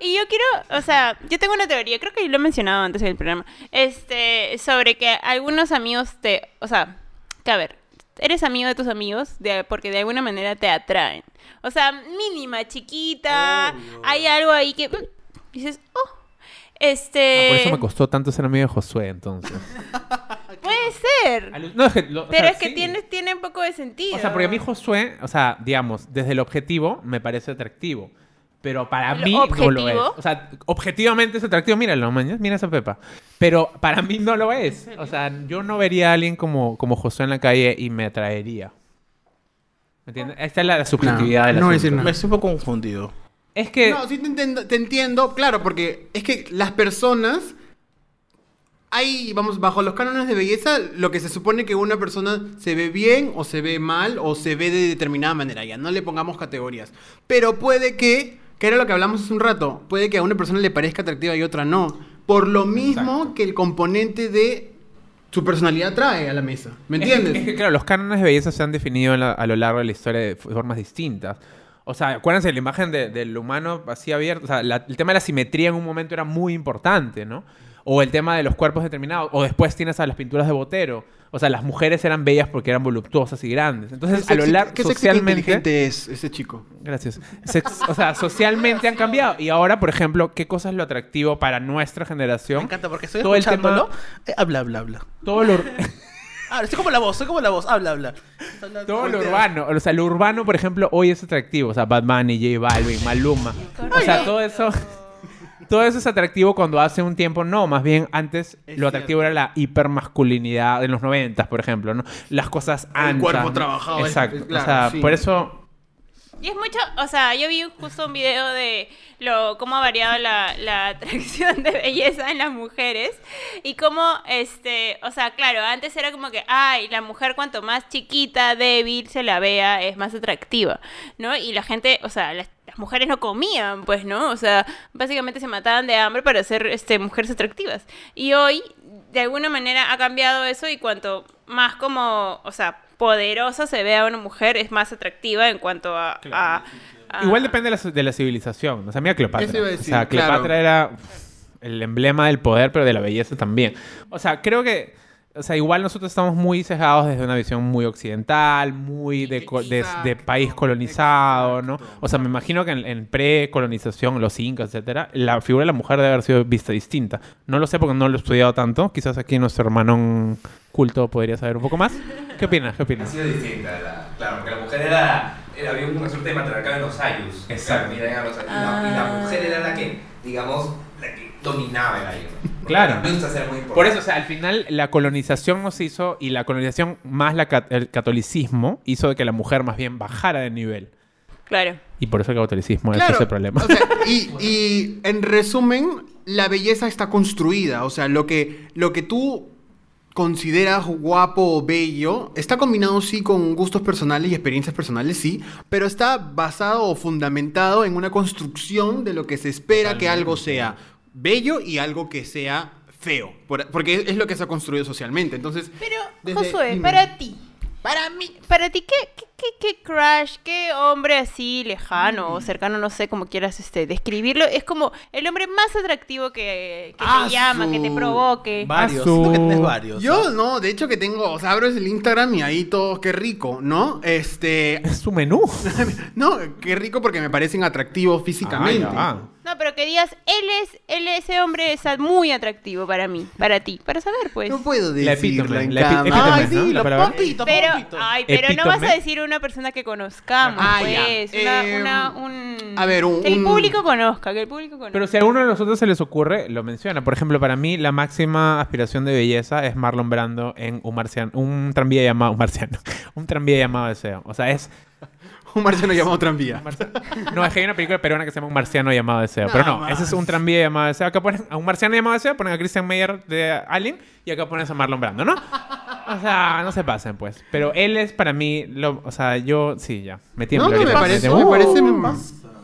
Y yo quiero, o sea, yo tengo una teoría, creo que lo he mencionado antes en el programa, este, sobre que algunos amigos te, o sea, que a ver, eres amigo de tus amigos de, porque de alguna manera te atraen. O sea, mínima, chiquita, hay algo ahí que mm, dices, oh, Ah, este, por eso me costó tanto ser amigo de Josué, entonces. puede ser, No, es que lo- o pero sea, es que sí. tiene, tiene un poco de sentido. O sea, porque a mí Josué, o sea, digamos, desde el objetivo me parece atractivo. Pero para ¿El mí no lo es. objetivo? O sea, objetivamente es atractivo. Míralo, mañana, mira esa pepa. Pero para mí no lo es. O sea, yo no vería a alguien como, como Josué en la calle y me atraería. ¿Me entiendes? Esta es la, la subjetividad No, del no voy a asunto. decir nada. Me estoy un poco confundido. Es que... No, sí te entiendo, te entiendo, claro, porque es que las personas. Hay, vamos, bajo los cánones de belleza, lo que se supone que una persona se ve bien o se ve mal o se ve de determinada manera, ya no le pongamos categorías. Pero puede que, que era lo que hablamos hace un rato, puede que a una persona le parezca atractiva y otra no. Por lo mismo que el componente de su personalidad trae a la mesa. ¿Me Es que- entiendes? Es que, claro, los cánones de belleza se han definido en la- a lo largo de la historia de f- formas distintas. O sea, acuérdense de la imagen de- del humano así abierto. O sea, la- el tema de la simetría en un momento era muy importante, ¿no? O el tema de los cuerpos determinados. O después tienes a las pinturas de Botero. O sea, las mujeres eran bellas porque eran voluptuosas y grandes. Entonces, a lo largo socialmente. inteligente es ese chico? Gracias. Se- o sea, socialmente han cambiado. Y ahora, por ejemplo, ¿qué cosa es lo atractivo para nuestra Me generación? encanta porque estoy Todo el tema- escuchándolo. Eh, habla, habla, habla. Todo lo, Ah, estoy como la voz, soy como la voz. Habla, habla. Todo lo urbano, o sea, lo urbano, por ejemplo, hoy es atractivo. O sea, Batman y J Balvin, Maluma. O sea, todo eso. Todo eso es atractivo cuando hace un tiempo no. Más bien, antes Es lo atractivo era la hipermasculinidad en los noventas, por ejemplo, ¿no? Las cosas anchas. cuerpo ¿no? trabajado, es- Exacto. es claro, o sea, sí. por eso Y es mucho, o sea, yo vi justo un video de lo cómo ha variado la, la atracción de belleza en las mujeres y cómo, este, o sea, claro, antes era como que, ay, la mujer cuanto más chiquita, débil se la vea, es más atractiva, ¿no? Y la gente, o sea, las, las mujeres no comían, pues, ¿no? O sea, básicamente se mataban de hambre para ser, este, mujeres atractivas. Y hoy, de alguna manera, ha cambiado eso y cuanto más como, o sea, poderosa se vea una mujer es más atractiva en cuanto a... a- a- Igual depende de la, de la civilización. O sea, mira Cleopatra. Eso iba a decir, o sea, Cleopatra claro. era uf, el emblema del poder, pero de la belleza también. O sea, creo que O sea, igual nosotros estamos muy cegados desde una visión muy occidental, muy de, co- de- de país Exacto, colonizado, ¿no? exacto. O sea, me imagino que en, en pre-colonización, los incas, etcétera, la figura de la mujer debe haber sido vista distinta. No lo sé porque no lo he estudiado tanto. Quizás aquí nuestro hermano culto podría saber un poco más. ¿Qué opinas? ¿Qué Ha opinas? sido distinta, la- claro, porque la mujer era, era- había una suerte de matriarcado en los ayus. Exacto. Claro, mira, eran los ayus. Y la- y Ah. la mujer era la que, digamos, la que dominaba el ayus. Claro. Las mixtas eran muy importantes. Por eso, o sea, al final la colonización nos hizo, y la colonización más la cat- el catolicismo hizo de que la mujer más bien bajara de nivel. Claro. Y por eso el catolicismo es ese o problema. sea, y, y en resumen, la belleza está construida. O sea, lo que, lo que tú consideras guapo o bello está combinado, sí, con gustos personales y experiencias personales, sí, pero está basado o fundamentado en una construcción de lo que se espera que algo sea bello y algo que sea feo. por- porque es lo que se ha construido socialmente. Entonces, Pero, Desde- Josué, dime. para ti, para mí, para ti, ¿qué, qué, qué, qué crush, qué hombre así lejano Mm. o cercano, no sé, como quieras este, describirlo, es como el hombre más atractivo que, que ¡Ah, te llama, su- Ah, que te provoque? Varios. Asu. Siento que tenés varios. Yo ¿ah? no, de hecho que tengo, o sea, abro el Instagram y ahí todo, qué rico, ¿no? Este, Es su menú. no, qué rico porque me parecen atractivos físicamente. Ah, ya va. No, pero que digas, él es, él, ese hombre es muy atractivo para mí, para ti, para saber, pues. No puedo La decirlo epítome, en la epi- cámara. epítome, Ay, sí, ¿no? La lo palabra. papito, pero, ah. papito. ay, pero no Epítome. vas a decir una persona que conozcamos, Ah, ya. pues. Una, Eh, una- un... a ver, un- Que el un- público conozca, que el público conozca. Pero si a alguno de nosotros se les ocurre, lo menciona. Por ejemplo, para mí la máxima aspiración de belleza es Marlon Brando en un marciano, un tranvía llamado un marciano, un tranvía llamado deseo. O sea, es Un marciano llamado tranvía. no es que hay una película peruana que se llama un marciano llamado deseo, pero no, ese es un tranvía llamado deseo. Acá ponen a un marciano llamado deseo, ponen a Christian Meyer de Alien y acá pones a Marlon Brando, ¿no? O sea, no se pasen pues. Pero él es para mí, lo, o sea, yo sí ya, me No, no, tiembla. me ahorita, Uh. parece, tiembla. me parece,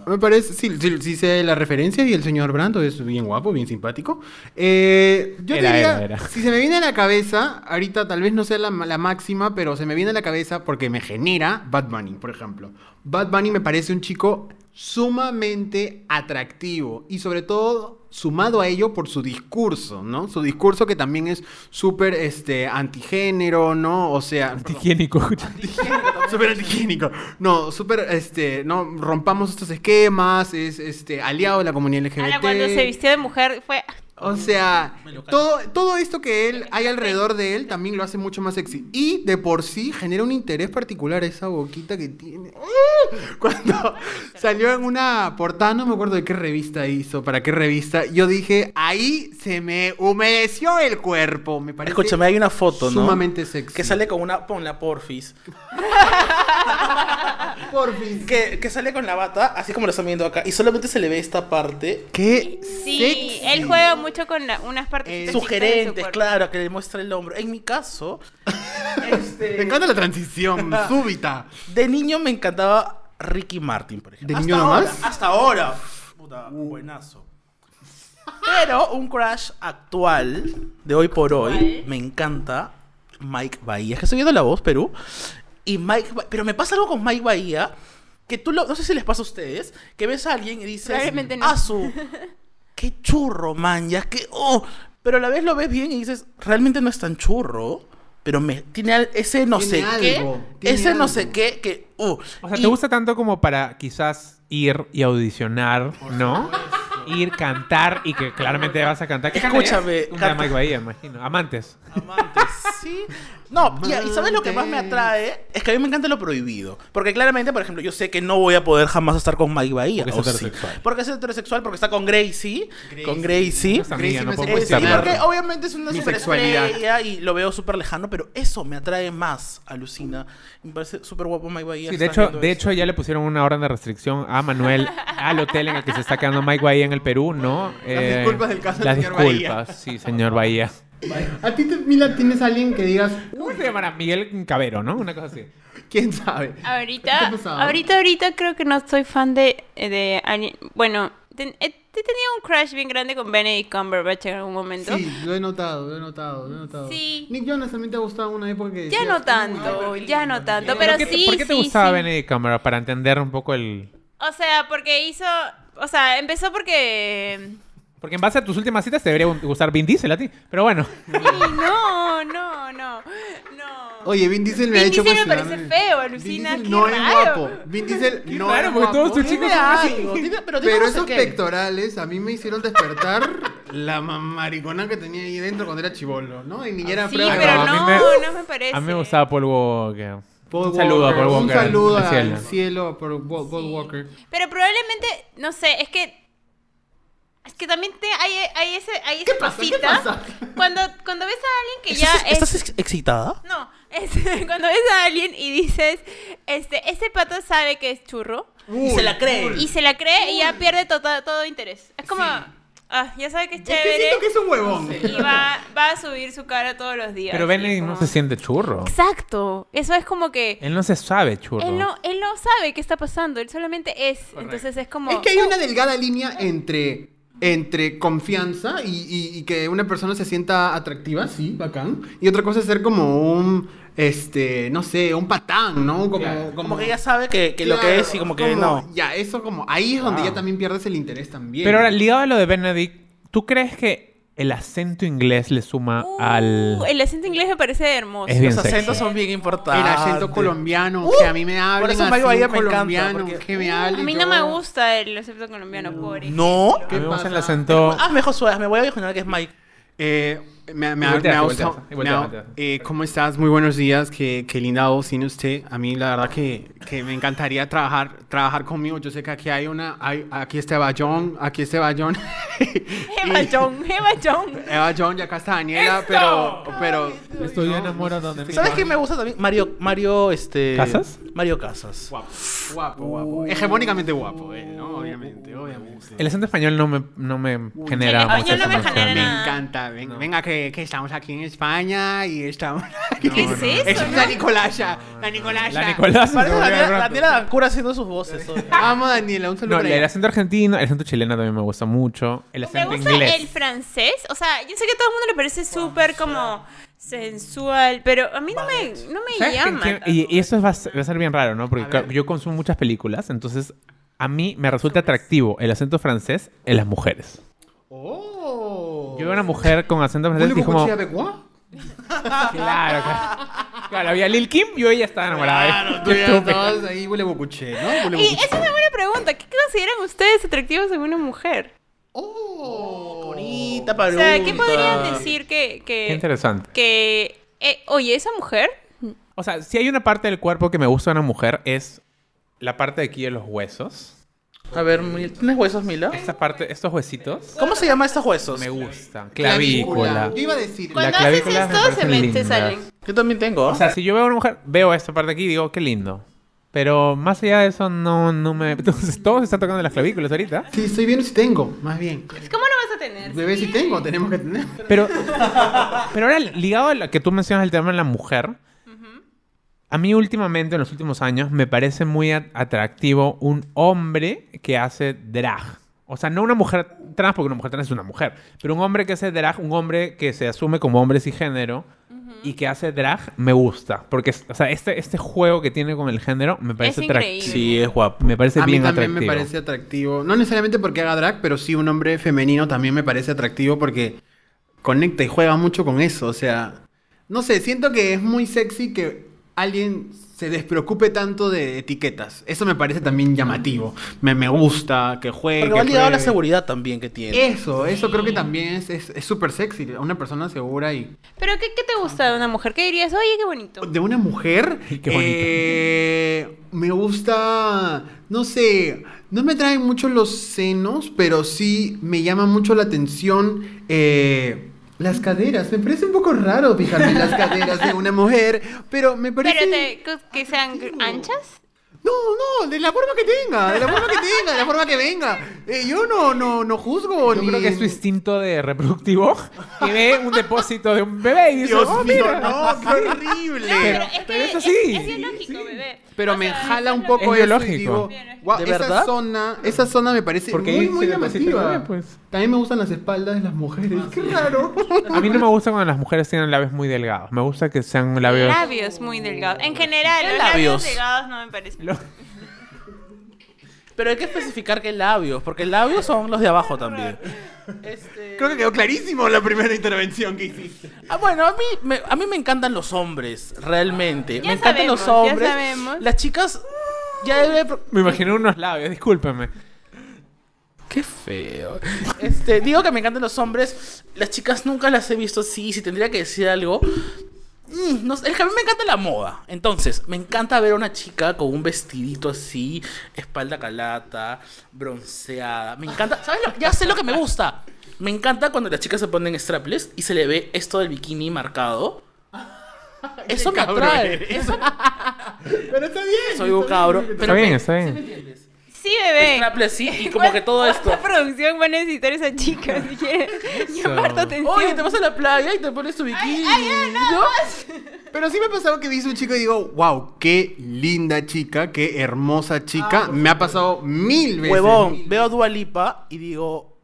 me parece, sí, sí, sí sé la referencia y el señor Brando es bien guapo, bien simpático. Eh, yo Era, diría, era, era. si se me viene a la cabeza, ahorita tal vez no sea la, la máxima, pero se me viene a la cabeza porque me genera Bad Bunny, por ejemplo. Bad Bunny me parece un chico sumamente atractivo y sobre todo sumado a ello por su discurso, ¿no? Su discurso que también es súper este, antigénero, ¿no? O sea, perdón. Antihigiénico. Súper antihigiénico. No, súper, este, no, rompamos estos esquemas, es, este, aliado de la comunidad LGBT. Ala, cuando se vistió de mujer fue... O sea, todo, todo esto que él hay alrededor de él también lo hace mucho más sexy. Y de por sí genera un interés particular esa boquita que tiene. ¡Ah! Cuando salió en una portada, no me acuerdo de qué revista hizo, para qué revista, yo dije, ahí se me humedeció el cuerpo. Me parece Escúchame, hay una foto, ¿no? sumamente sexy. Que sale con una. Ponla, porfis. por fin. Que, que sale con la bata, así como lo están viendo acá. Y solamente se le ve esta parte. Qué Sí, sexy. él juega mucho con la- unas partes... Eh, Sugerentes, claro, que le muestra el hombro. En mi caso, Me encanta la transición súbita. de niño me encantaba Ricky Martin, por ejemplo. ¿De niño ahora, nomás? Hasta ahora. Puta, buenazo. Pero un crush actual, de hoy por hoy, me encanta Mike Bahía. Es que estoy viendo la voz, Perú. Y Mike Ba- Pero me pasa algo con Mike Bahía. Que tú lo. No sé si les pasa a ustedes. Que ves a alguien y dices. Probablemente no. "Asu, qué churro, man. Ya que. Oh. Pero a la vez lo ves bien y dices. Realmente no es tan churro. Pero me, tiene al- ese no Tiene sé algo, qué. tiene Ese no sé algo. qué. Que. oh. O sea, Y- te gusta tanto como para quizás ir y audicionar, ¿no? Ir, cantar y que claramente vas a cantar. ¿Qué cantarías? Escúchame, Una canta. de Mike Bahía, imagino. Amantes. Amantes, sí. No, y, y ¿sabes lo que más me Amantes. atrae? Es que a mí me encanta lo prohibido. Porque claramente, por ejemplo, yo sé que no voy a poder jamás estar con Mike Bahía. Porque es ¿o sí? heterosexual. Porque es heterosexual, porque está con Gracie. Con Gracie. Esa Gracie mía, me no puedo Eh, sí, cuestionarla. porque obviamente es una Mi sexualidad. superestrella y lo veo súper lejano, pero eso me atrae más, alucina. Me parece súper guapo Mike Bahía. Sí, que de estás hecho, viendo de eso. hecho ya le pusieron una orden de restricción a Manuel al hotel en el que se está quedando Mike Bahía en el Perú, ¿no? Eh, disculpas del caso del Las señor disculpas, Bahía. sí, señor Bahía. A ti, te, Mila, tienes a alguien que digas, ¿Cómo se llamará? Miguel Cabero, ¿no? Una cosa así. quién sabe. ¿Qué Ahorita, te pasaba? ahorita, ahorita creo que no soy fan de... de alguien- bueno, ten- he, he tenido un crush bien grande con Benedict Cumberbatch en algún momento. Sí, lo he notado, lo he notado, lo he notado. Sí. Nick Jonas también te ha gustado una época que Ya decías, no "Uy, tanto, ya no tanto, ¿Pero pero qué te- sí, ¿Por qué te sí, gustaba sí. Benedict Cámara? Para entender un poco el... O sea, porque hizo. O sea, empezó porque. Porque en base a tus últimas citas te debería gustar Vin Diesel a ti. Pero bueno. Ay, no, no, no, no. Oye, Vin Diesel me Vin ha hecho Diesel me cuestionarme. parece feo, alucina, Vin Diesel qué no es raro. guapo. Vin Diesel no raro, es porque guapo. todos tus chicos Dime son así. algo, dime- pero dime no sé esos qué. pectorales a mí me hicieron despertar la ma- maricona que tenía ahí dentro cuando era chivolo, ¿no? Y ni era Ah, Sí, flaco. pero Ah, a mí no, me- no me parece. A mí me gustaba Paul Walker. Paul un saludo a Walker, Paul Walker. Un saludo al cielo. al cielo por Paul Paul Walker. Pero probablemente, no sé, es que. Es que también te, hay, hay ese, hay esa pasa? ¿Qué cosita. pasa? Cuando, cuando ves a alguien que ya ¿Estás, es. estás ex- excitada? No, es, cuando ves a alguien y dices, este, este pato sabe que es churro. y se la cree. Y se la cree y ya pierde to- todo, interés. Es como, ah, ya sabe que es Es que chévere. siento que es un huevón. Y va, va a subir su cara todos los días. Pero y Benedict no como- se siente churro. Exacto. Eso es como que. Él no se sabe churro. Él no, él no sabe qué está pasando, él solamente es. Entonces es como. Es que hay una delgada línea entre, entre confianza y, y- y que una persona se sienta atractiva, sí, bacán. Y otra cosa es ser como un, este, no sé, un patán, ¿no? Como, Como que ella sabe que, que lo que Claro, es y como que no. Ah. Ya, eso como, ahí es donde Wow. ya también pierdes el interés también. Pero ahora, ligado a lo de Benedict, ¿tú crees que el acento inglés le suma Uh, Ah, al. El acento inglés me parece hermoso. Es bien Los acentos sexy. son bien importantes. el acento colombiano, Uh, que a mí me hablen eso así, Mario Bahía me encanta, colombiano, porque- que me a hablen, mí no me yo- gusta el acento colombiano, pobre. No. A mí me gusta el pasa? acento. Ah, mejor suave. Me voy a imaginar que es Mike. Eh, me, me, Y volteaste, me ha volteaste, gustado- y volteaste, me ha- volteaste. eh, ¿Cómo estás? Muy buenos días. Qué, qué linda voz tiene usted. A mí la verdad que, que me encantaría trabajar, trabajar conmigo. Yo sé que aquí hay una... Hay, aquí está Eva John, aquí está Eva John. Eva John, Eva John. Eva John, y acá está Daniela, pero... pero Estoy enamorado de mí. ¿Sabes qué me gusta también? Mario, Mario, este... ¿Casas? Mario Casas. guapo, guapo, guapo. Hegemónicamente guapo, él, ¿no? Obviamente, obviamente. El acento español no me, no me genera El español muchas no me emociones. genera Me nada. encanta. Ven- Venga, que, que estamos aquí en España y estamos... Aquí. ¿Qué es eso, Esa es no? la Nicolaya. La Nicolaya. La Nicolás. Parece no, Daniela, Daniela Dancura haciendo sus voces. hoy. Amo a Daniela. Un saludo No, para el ella. acento argentino, el acento chileno también me gusta mucho. El Me acento gusta inglés. el francés. O sea, yo sé que a todo el mundo le parece súper como sensual, pero a mí no me, no me ¿Sabes qué? llama. Quiero- tanto. Y, y eso va a, ser, va a ser bien raro, ¿no? Porque ca- yo consumo muchas películas, entonces a mí me resulta atractivo el acento francés en las mujeres. Oh. Yo veo una mujer con acento francés y es como... Claro, claro. Claro, había Lil Kim, yo ella estaba enamorada. Claro, tú Qué ya estúpido. estabas ahí huele bocuche, ¿no? Huele Y bocuche. esa es una buena pregunta. ¿Qué consideran ustedes atractivos en una mujer? Oh, Bonita, O paruta. sea, ¿qué podrían decir que... Qué que, interesante. que eh, oye, esa mujer... O sea, si hay una parte del cuerpo que me gusta de una mujer es la parte de aquí de los huesos. A ver, Mil- ¿tienes huesos, Mila? Esta parte, estos huesitos ¿Cómo se llaman estos huesos? me gustan. Clavícula. Clavícula. Yo iba a decir. La Cuando haces clavícula me esto, se, parecen me, se lindas. salen. Yo también tengo. ¿ah? O sea, si yo veo a una mujer, veo esta parte aquí y digo, qué lindo. Pero más allá de eso, no, no me... Entonces, todos están tocando las clavículas ahorita. Sí, estoy viendo si tengo, más bien. ¿Cómo no vas a tener? Bebé, si tengo, tenemos que tener. Pero, pero ahora, ligado a lo que tú mencionas el tema de la mujer, a mí últimamente, en los últimos años, me parece muy at- atractivo un hombre que hace drag. O sea, no una mujer trans, porque una mujer trans es una mujer, pero un hombre que hace drag, un hombre que se asume como hombre sin género y que hace drag, me gusta. Porque, es- o sea, este, este juego que tiene con el género me parece increíble. atractivo. Sí, es guapo. Me parece a mí bien también atractivo. me parece atractivo. No necesariamente porque haga drag, pero sí un hombre femenino también me parece atractivo porque conecta y juega mucho con eso. O sea, no sé, siento que es muy sexy que alguien se despreocupe tanto de etiquetas. Eso me parece también llamativo. Me, me gusta que juegue. Porque que va ligado a la pruebe. seguridad también que tiene. Eso, eso creo que también es es- es súper sexy. Una persona segura y. ¿Pero qué, qué te gusta de una mujer? ¿Qué dirías? Oye, qué bonito. De una mujer. Qué bonita. eh, me gusta. No sé. No me traen mucho los senos, pero sí me llama mucho la atención. eh, las caderas. Me parece un poco raro fijarme en las caderas de una mujer, pero me parece. ¿Pero te- que- que sean anchas? No, no, de la forma que tenga, de la forma que tenga, de la forma que venga. Eh, yo no, no, no juzgo. Yo ni- creo que es tu instinto de reproductivo que ve un depósito de un bebé y dice, Dios "Oh, mío, mira". no, qué horrible. No, pero, Pero- es que pero eso es- sí. Es, biológico, bebé. Pero O me sea, jala eso un es poco Es eso y biológico. digo, "Guau, ¿De esa verdad? zona, esa zona me parece Porque muy ahí muy se deposita el llamativa. bebé, pues. También me gustan las espaldas de las mujeres, qué raro. A mí no me gusta cuando las mujeres tienen labios muy delgados. Me gusta que sean labios... Labios muy delgados. En general, los labios? labios delgados no me parecen. Lo- Pero hay que especificar que labios, porque labios son los de abajo también. Este... Creo que quedó clarísimo la primera intervención que hiciste. Ah, bueno, a mí, me, a mí me encantan los hombres, realmente. Ya me encantan sabemos, los ya hombres. sabemos. Las chicas. Ya debe- Me imaginé unos labios, discúlpame. Qué feo. Este, digo que me encantan los hombres. Las chicas nunca las he visto así. Si tendría que decir algo. mm, no sé, es que a mí me encanta la moda. Entonces, me encanta ver a una chica con un vestidito así, espalda calata, bronceada. Me encanta. ¿Sabes lo? Ya sé lo que me gusta. Me encanta cuando las chicas se ponen strapless y se le ve esto del bikini marcado. Eso me cabrón atrae. eres. Eso, Pero está bien. soy un cabrón. Está bien, está bien. Sí, bebé. Strapless, sí, y como que todo esto. La producción va a necesitar esa chica si quiere llamar tu atención. Oye, te vas a la playa y te pones tu bikini. ¿no? Pero sí me ha pasado que dice un chico y digo, wow, qué linda chica, qué hermosa chica. me ha pasado mil veces. Huevón, veo a Dualipa y digo,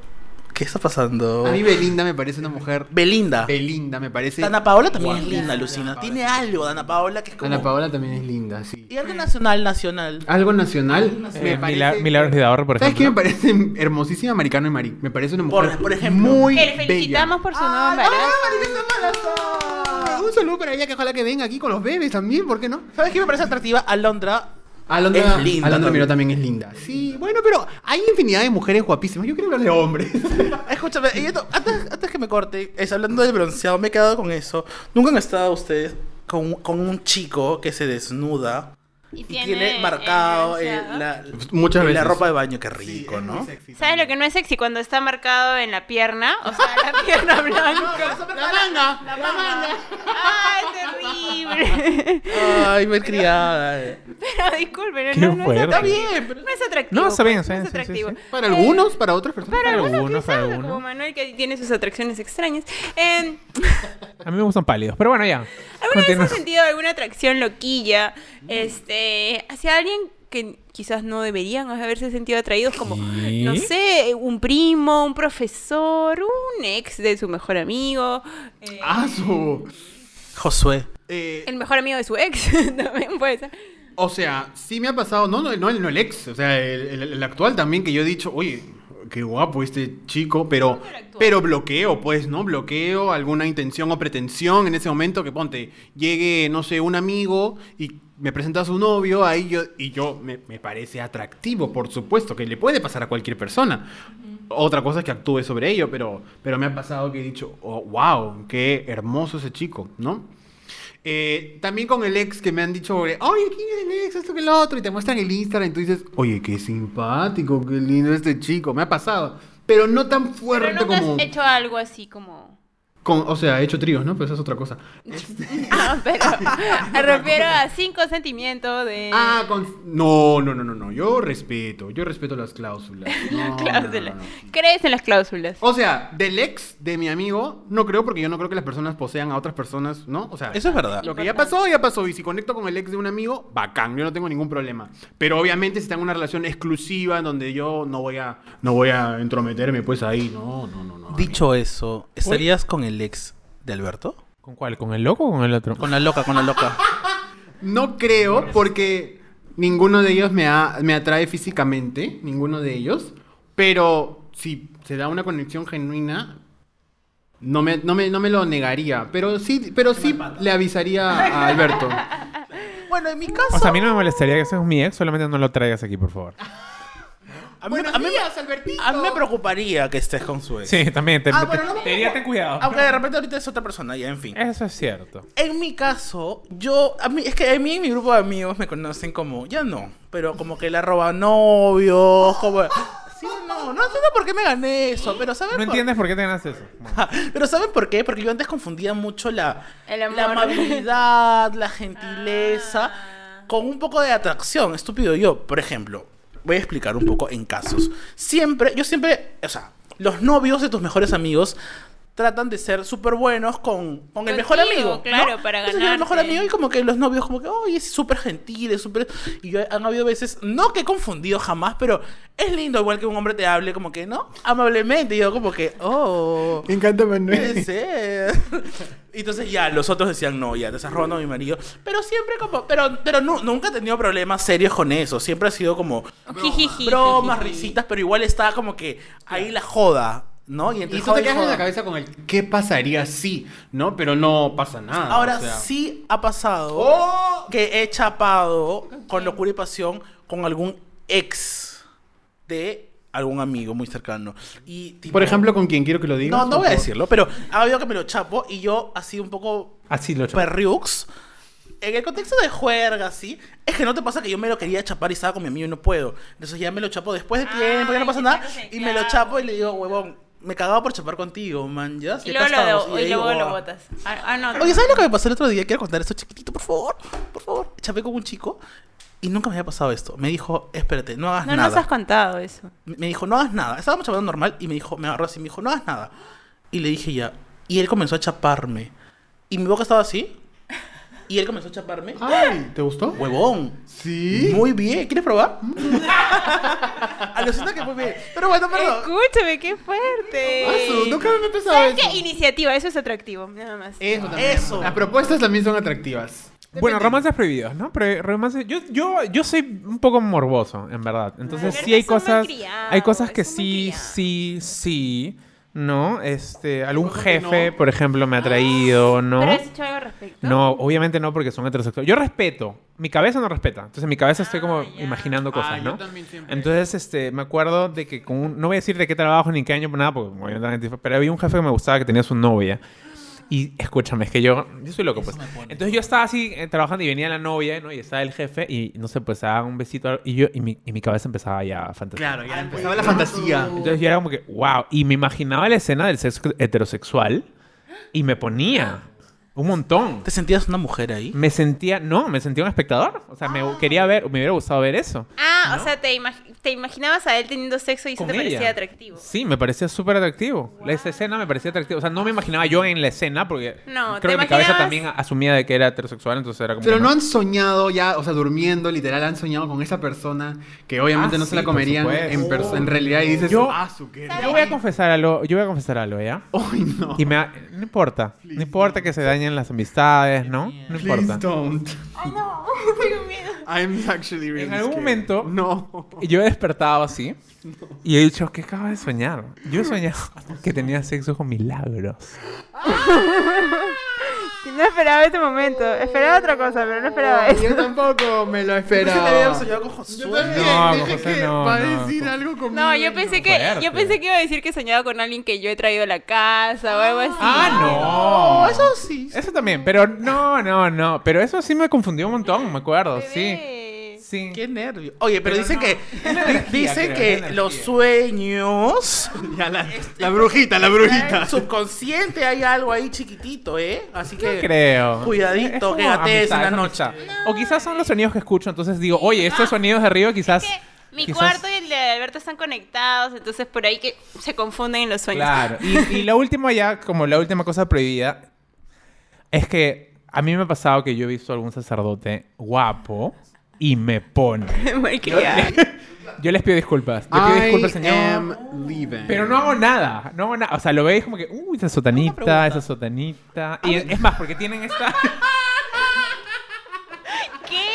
¿qué está pasando? A mí Belinda me parece una mujer. Belinda. Belinda me parece. Dana Paola también es Guau. linda, Lucina. Tiene algo, Dana Paola, que es como. Ana Paola también es linda, sí. Y algo nacional, nacional. Algo nacional. Eh, me Mila- parece- Milagros de Ahorro, por ¿Sabes ejemplo. qué me parece hermosísima Americano y Mari? Me parece una Por- mujer por ejemplo. muy Que le felicitamos por su nuevo embarazo. bella. Un saludo para ella que ojalá que venga aquí con los bebés también, ¿por qué no? ¿Sabes qué me parece atractiva? Alondra. Alondra, Es linda Alondra también. Miró también es linda. Sí, bueno, pero hay infinidad de mujeres guapísimas. Yo quiero hablar de hombres. Escúchame, y esto- antes, antes que me corte, es hablando del bronceado, me he quedado con eso. Nunca han estado ustedes con, con un chico que se desnuda Y y tiene tiene, el marcado eh, bronceado. la, Muchas la veces. ropa de baño. Qué rico, ¿no? ¿Sabes lo que no es sexy? Cuando está marcado en la pierna, o sea, la pierna blanca. La manga, la manga. ¡Ay, terrible! Ay, me criada. eh. Pero disculpen, Qué no, no es fuerte. Está atractivo. bien, pero No es atractivo. No, está bien, está pues, bien. No es sí, sí, atractivo. sí. Para algunos, para otras personas. Para Para algunos, algunos, quizás, para no algunos. como Manuel, que tiene sus atracciones extrañas. Eh, A mí me gustan pálidos, pero bueno, ya. ¿Alguna vez Continúa. has sentido alguna atracción loquilla este, hacia alguien que quizás no deberían haberse sentido atraídos? Como, ¿Qué? no sé, un primo, un profesor, un ex de su mejor amigo. eh, Ah, su. Josué. Eh, El mejor amigo de su ex también puede ser. O sea, sí me ha pasado, no, no, no, el- no el ex, o sea, el, el- el actual también, que yo he dicho, oye, qué guapo este chico, pero, el actual. pero bloqueo, pues, ¿no? Bloqueo alguna intención o pretensión en ese momento que ponte, llegue, no sé, un amigo y me presenta a su novio, ahí yo, y yo me, me parece atractivo, por supuesto, que le puede pasar a cualquier persona. Otra cosa es que actúe sobre ello, pero, pero me ha pasado que he dicho, oh, wow, qué hermoso ese chico, ¿no? Eh, también con el ex que me han dicho, oye, ¿quién es el ex? Esto que el otro. Y te muestran el Instagram y tú dices, oye, qué simpático, qué lindo este chico. Me ha pasado. Pero no tan fuerte Pero nunca como... has hecho algo así como... con- o sea, he hecho tríos, ¿no? Pero esa es otra cosa. Ah, pero me refiero a cinco sentimientos de... Ah, con... No, no, no, no, no. Yo respeto. Yo respeto las cláusulas. No, no, no, no, cláusulas. no. ¿Crees en las cláusulas? O sea, del ex de mi amigo, no creo porque yo no creo que las personas posean a otras personas, ¿no? Ah, O sea, Eso es verdad. Lo que ya pasó, ya pasó. Y si conecto con el ex de un amigo, bacán, yo no tengo ningún problema. Pero obviamente si está en una relación exclusiva en donde yo no voy a, no voy a entrometerme, pues ahí, no, no, no, no. Dicho eso, ¿estarías con el ex de Alberto? ¿Con cuál? ¿Con el loco o con el otro? Con la loca, con la loca. No creo porque ninguno de ellos me, ha- me atrae físicamente, ninguno de ellos. Pero si se da una conexión genuina, no me, no me, no me lo negaría. Pero sí, pero sí le avisaría a Alberto. bueno, en mi caso. O sea, a mí no me molestaría que seas mi ex, solamente no lo traigas aquí, por favor. a mí, a mí- Albertito. a mí me preocuparía que estés con su ex. Sí, también. Te, Ah, te- bueno, no me Ah, te diría, ten cuidado. Aunque de repente ahorita es otra persona, ya, en fin. Eso es cierto. En mi caso, yo. A mí, es que a mí y mi grupo de amigos me conocen como. Ya no, pero como que la roba novios, como. Sí, no, no entiendo por qué me gané eso, pero ¿saben No por- entiendes por qué te ganas eso. Bueno. Pero ¿saben por qué? Porque yo antes confundía mucho la, El amor. la amabilidad, la gentileza, Ah. con un poco de atracción. Estúpido yo, por ejemplo, voy a explicar un poco en casos. Siempre, yo siempre, o sea, los novios de tus mejores amigos tratan de ser súper buenos con, con el Contigo, mejor amigo. ¿no? claro, para Entonces, yo era el mejor ganarte. amigo y como que los novios como que, oh, es súper gentil, es súper... Y yo, han habido veces, no que he confundido jamás, pero es lindo igual que un hombre te hable como que, ¿no? Amablemente. Y yo como que, oh... Me encanta Manuel. Puede ser. Y Entonces ya, los otros decían, no, ya, te estás robando a mi marido. Pero siempre como, pero, pero nu- nunca he tenido problemas serios con eso. Siempre ha sido como Jijiji, bromas, jijiji. risitas, pero igual está como que ahí la joda, ¿no? Y, entre Y tú joda te quedas en joda. la cabeza con el ¿qué pasaría si? ¿No? Pero no pasa nada. Ah, Ahora o sea. Oh. sí ha pasado que he chapado con locura y pasión con algún ex de algún amigo muy cercano. Y, tipo, Por ejemplo, con quien quiero que lo digas. no, no voy a por favor? decirlo, pero ha habido que me lo chapo y yo así un poco Así lo chapo. perriux. En el contexto de juerga, sí. Es que no te pasa que yo me lo quería chapar y estaba con mi amigo y no puedo. Entonces ya me lo chapo después de Ah, tiempo, ya no pasa ya nada. te sé, Y me lo claro. chapo y le digo, huevón, me cagaba por chapar contigo, man. Ya, si Y acá luego, estamos. lo, le y luego digo, lo "Ah". botas. Ah, ah, no. Oye, ¿sabes lo que me pasó el otro día? Quiero contar esto chiquitito, por favor. Por favor. Chapé con un chico y nunca me había pasado esto. Me dijo, espérate, no hagas no nada nos has contado eso. me dijo, no hagas nada. Estábamos chapando normal y me dijo, me agarró así, me dijo, no hagas nada. Y le dije ya. Y él comenzó a chaparme. Y mi boca estaba así. Y él comenzó a chaparme. Ay, ¿te gustó? Huevón. Ah. Sí. Muy bien. ¿Quieres probar? Alucina que muy bien. Pero bueno, perdón. Escúchame, qué fuerte. Asu, nunca me he pensado ¿Sabes eso. qué? Iniciativa, eso Eh, es atractivo, nada más. Eso también. Eso. Las propuestas también son atractivas. Bueno, romances prohibidos, ¿no? Pero romances... Yo, yo, yo soy un poco morboso, en verdad. Entonces Alberto sí hay es un cosas... malcriado, Hay cosas que es un sí, malcriado. sí, sí, ¿no? Este, algún cosas que jefe, no. por ejemplo, me ha traído, ¿no? Ah, ¿Pero has hecho algo al respecto? No, obviamente no, porque son heterosexuales. Yo respeto. Mi cabeza no respeta. Entonces, en mi cabeza estoy como Ah, ya. imaginando cosas, Ah, yo ¿no? también siempre. Entonces, este, me acuerdo de que con un- No voy a decir de qué trabajo ni qué año, pues nada, porque obviamente- Pero había un jefe que me gustaba que tenía su novia. Y escúchame, es que yo, yo soy loco, pues. Entonces yo estaba así eh, trabajando y venía la novia, ¿no? Y estaba el jefe y no sé, pues daba un besito y yo y mi, y mi cabeza empezaba ya a fantasear. ya empezaba la fantasía. Entonces yo era como que, wow. Y me imaginaba la escena del sexo heterosexual y me ponía un montón. ¿Te sentías una mujer ahí? Me sentía, no, me sentía un espectador. O sea, me quería ver, me hubiera gustado ver eso. Ah, o sea, te, imag- te imaginabas a él teniendo sexo y eso Con te parecía ella. atractivo. Sí, me parecía súper atractivo. La esa escena me parecía atractiva. O sea, no me imaginaba yo en la escena porque No, creo ¿te que mi cabeza imaginabas? también asumía de que era heterosexual, entonces era como. Pero que no han soñado ya, o sea, durmiendo, literal, han soñado con esa persona que obviamente Ah, no se la sí, por comerían supuesto. en, perso- en realidad y dices, Yo- ah, su que. Yo voy a confesar algo, yo voy a confesar algo, ¿ya? Ay, no. Y me ha- no importa, no importa que se dañen las amistades, ¿no? No Please importa. don't. Ay, no, tengo miedo. I'm actually really En algún scared. momento- No. Y yo he despertado así y he dicho, ¿qué acabo de soñar? Yo he soñado que tenía sexo con milagros. No esperaba este momento. Esperaba otra cosa, pero no esperaba eso. Yo tampoco me lo Pensé que te había esperaba. soñado con Josué. No, José, no, va no. a decir algo conmigo. No, yo pensé que Fuerte. yo pensé que iba a decir que soñaba con alguien que yo he traído a la casa o algo así. ¡Ah, no! No, eso sí. Eso también, pero no, no, no. Pero eso sí me confundió un montón, me acuerdo, sí. Bebé. Sí. Qué nervio. Oye, pero, Pero dicen no. que Es la energía, dicen creo, es la que energía. los sueños Este, Ya la, la brujita, la brujita. subconsciente hay algo ahí chiquitito, ¿eh? Así que Creo. Cuidadito, Es como quédate amistad, en la es noche. amistad. O quizás son los sonidos que escucho, entonces digo, oye, estos sonidos de arriba quizás. Es que mi quizás- cuarto y el de Alberto están conectados, entonces por ahí que se confunden en los sueños. Claro. Y, y la última ya, como la última cosa prohibida, es que a mí me ha pasado que yo he visto a algún sacerdote guapo y me pone. Muy criada. Yo les pido disculpas. Yo pido disculpas, I señor. am leaving. Pero no hago nada, no hago nada. O sea, lo veis como que, uy, esa sotanita, esa sotanita. Y es más, porque tienen esta. ¿Qué?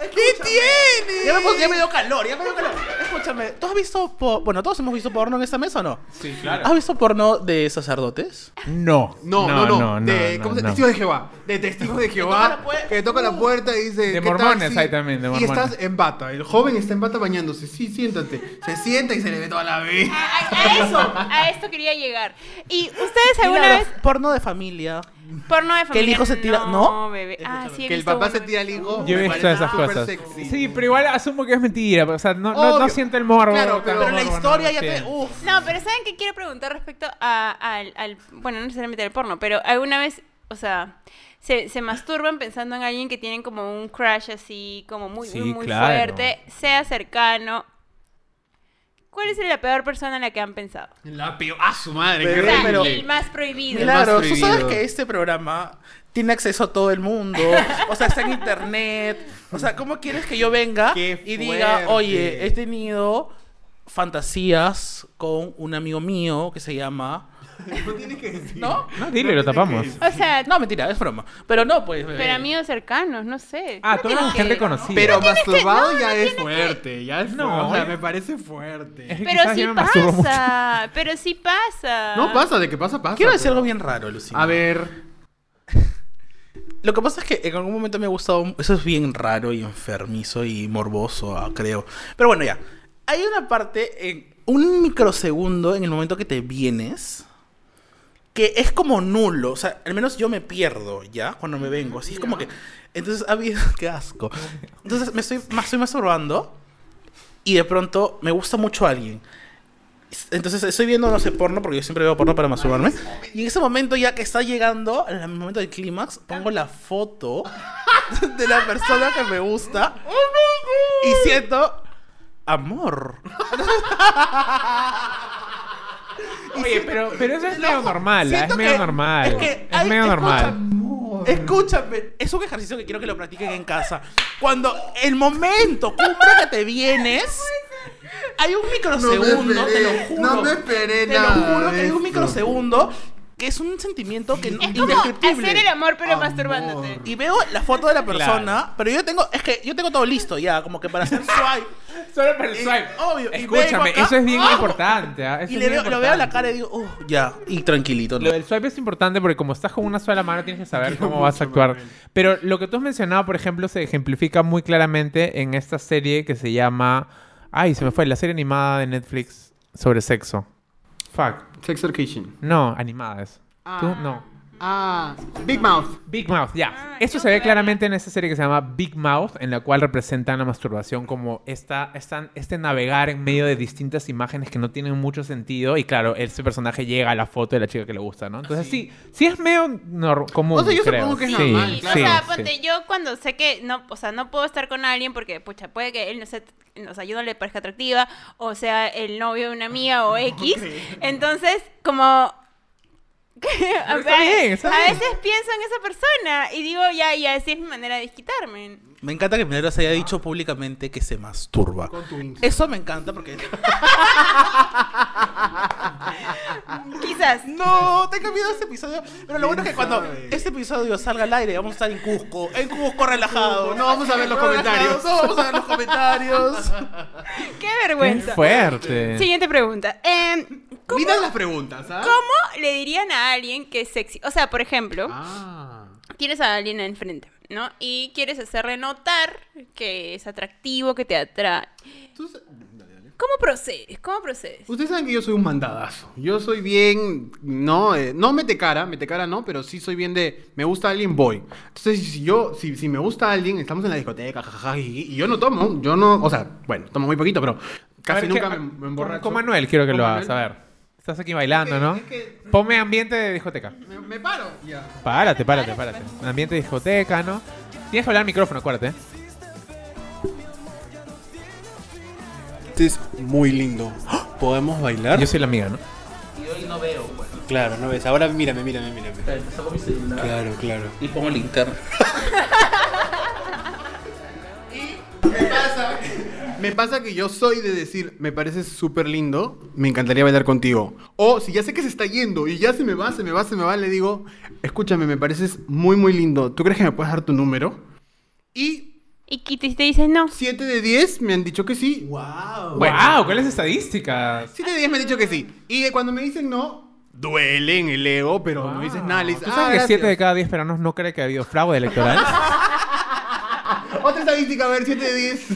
¿Qué tiene? Ya me, puse- ya me dio calor, ya me dio calor. Escúchame, ¿tú has visto por... Bueno, todos hemos visto porno en esta mesa o no? Sí, claro. ¿Has visto porno de sacerdotes? No. No, no, no. de, no, ¿cómo se- no. Testigos de Jehová. De testigos de Jehová. Que toca Uh. la puerta y dice. De "¿Qué mormones taxi?". hay también, de Y mormones. estás en bata. El joven está en bata bañándose. Sí, siéntate. Se sienta y se le ve toda la vida. A, a eso, a esto quería llegar. ¿Y ustedes alguna Milagros, vez Porno de familia. porno de familia? el hijo se tira- ¿no? bebé. Ah, sí, he Que el visto papá uno, se he tira al visto Oh, hijo. uno. Yo he Me visto parece esas súper cosas. sexy. Sí, pero igual asumo que es mentira. O sea, no, no, no Obvio. siente el morbo. Claro, pero- Pero la morbo, no historia ya tiene. te... Uf. No, pero ¿saben qué quiero preguntar respecto a, al, al- Bueno, no necesariamente al porno, pero alguna vez, o sea, se, se masturban pensando en alguien que tienen como un crush así, como muy, Sí, muy, muy claro. fuerte, sea cercano. ¿Cuál es la peor persona en la que han pensado? La peor. ¡Ah, su madre! Pero- O sea, pero- el más prohibido. El más Claro, tú sabes prohibido. que este programa tiene acceso a todo el mundo. O sea, está en internet. O sea, ¿cómo quieres que yo venga Qué y diga, oye, fuerte. he tenido fantasías con un amigo mío que se llama. No tienes que decir. ¿No? No, dile, lo tapamos. O sea, No, mentira, es broma. Pero no, pues. bebé. pero amigos cercanos, no sé. Ah, No tú eres tienes gente que- conocida. Pero masturbado no, ya no es tiene que- fuerte. Ya es No. fuerte. O sea, me parece fuerte. Es que Pero quizás sí yo me masturbo mucho. pasa, pero sí pasa. No pasa, de que pasa, pasa. eh, Quiero decir pero- algo bien raro, Lucía. A ver. Lo que pasa es que en algún momento me ha gustado. Eso es bien raro y enfermizo y morboso, ah, creo. Pero bueno, ya. Hay una parte, en un microsegundo en el momento que te vienes, que es como nulo. O sea, al menos yo me pierdo, ¿ya? Cuando me vengo. Así es como que. Entonces ha habido. ¡Qué asco! Entonces me estoy, me estoy masturbando y de pronto me gusta mucho alguien. Entonces estoy viendo, no sé, porno, porque yo siempre veo porno para masturbarme. Y en ese momento, ya que está llegando, en el momento del clímax, pongo la foto de la persona que me gusta y siento amor. Oye, pero, pero eso es medio normal, ¿ah? siento es medio que- normal. es Es, que hay- medio escucha, normal. Escúchame, es un ejercicio que quiero que lo practiquen en casa. Cuando el momento cumbre que te vienes, hay un microsegundo, te lo juro. no me esperé Te lo nada juro que de hay un esto. microsegundo que es un sentimiento que no- Es como indescriptible. hacer el amor pero masturbándote. Y veo la foto de la persona, pero yo tengo, es que yo tengo todo listo ya, como que para hacer swipe. Solo para el swipe. obvio, y vengo Escúchame, acá, eso es bien ¡ah! importante. ¿ah? Eso y es le bien veo, lo veo a la importante. cara y digo, "Uh, ya, y tranquilito. ¿no? Lo del swipe es importante porque como estás con una sola mano tienes que saber cómo vas a actuar. Pero lo que tú has mencionado, por ejemplo, se ejemplifica muy claramente en esta serie que se llama... Ay, se me fue, la serie animada de Netflix sobre sexo. Fuck. Sex Education. No, animada es. ¿Tú? No. Ah, Big Mouth. Big Mouth, ya. Ah, Eso tengo se ve que verla. claramente en esta serie que se llama Big Mouth, en la cual representan la masturbación como esta, esta- este navegar en medio de distintas imágenes que no tienen mucho sentido. Y claro, ese personaje llega a la foto de la chica que le gusta, ¿no? Entonces sí, sí, es medio nor- común. O sea, yo creo. supongo que es Sí, normal, Sí, claro. o sea, sí. ponte, yo cuando sé que no, o sea, no puedo estar con alguien porque, pucha, puede que él no sea, o sea, yo no le parezca atractiva, o sea, el novio de una amiga o X. Entonces, como... a, está bien, está a bien. veces pienso en esa persona y digo, ya, ya, así es mi manera de desquitarme. Me encanta que Minero se haya dicho públicamente que se masturba. Con tu Insta. Eso me encanta porque... Quizás. No, te he cambiado este episodio. Pero lo bueno es que cuando sabe? este episodio salga al aire, vamos a estar en Cusco. En Cusco relajado. No vamos a ver los Relajados, comentarios. No vamos a ver los comentarios. Qué Qué vergüenza. fuerte. Siguiente pregunta. Eh, ¿cómo, Mira las preguntas, ¿ah? cómo le dirían a alguien que es sexy? O sea, por ejemplo, Ah. tienes a alguien enfrente, ¿no? Y quieres hacerle notar que es atractivo, que te atrae. Tú sa- dale, dale. ¿Cómo procedes? ¿Cómo procedes? Ustedes saben que yo soy un mandadazo. Yo soy bien, no, eh, no mete cara, mete cara no, pero sí soy bien de, me gusta alguien, voy. Entonces, si yo, si, si me gusta alguien, estamos en la discoteca, jajaja, y, y yo no tomo, yo no, o sea, bueno, tomo muy poquito, pero casi A ver, nunca ¿qué- me, me emborracho. Con Manuel quiero que Con lo Manuel. hagas, a ver. Estás aquí bailando, Es que- ¿no? es que- Ponme ambiente de discoteca. Me, me paro. Ya. Párate, párate, párate. Ambiente de discoteca, ¿no? Tienes que hablar al micrófono, acuérdate. Este es muy lindo. ¿Podemos bailar? Yo soy la amiga, ¿no? Y hoy no veo, Claro, no ves. Ahora mírame, mírame, mírame. Saco mi celular Claro, claro. y pongo linterna. Me pasa que yo soy de decir, me parece súper lindo, me encantaría bailar contigo. O si ya sé que se está yendo y ya se me va, se me va, se me va, le digo, escúchame, me pareces muy, muy lindo. ¿Tú crees que me puedes dar tu número? Y Y que te, te dices no. 7 de 10 me han dicho que sí. ¡Wow! ¡Wow! ¿Cuáles estadísticas? 7 de 10 me han dicho que sí. Y de cuando me dicen no, duele en el ego, pero no dices nada. le dices, ¿Tú "Ah, sabes que gracias". 7 de cada 10 peruanos no cree que ha habido fraude electoral? Otra estadística, a ver, 7 de 10.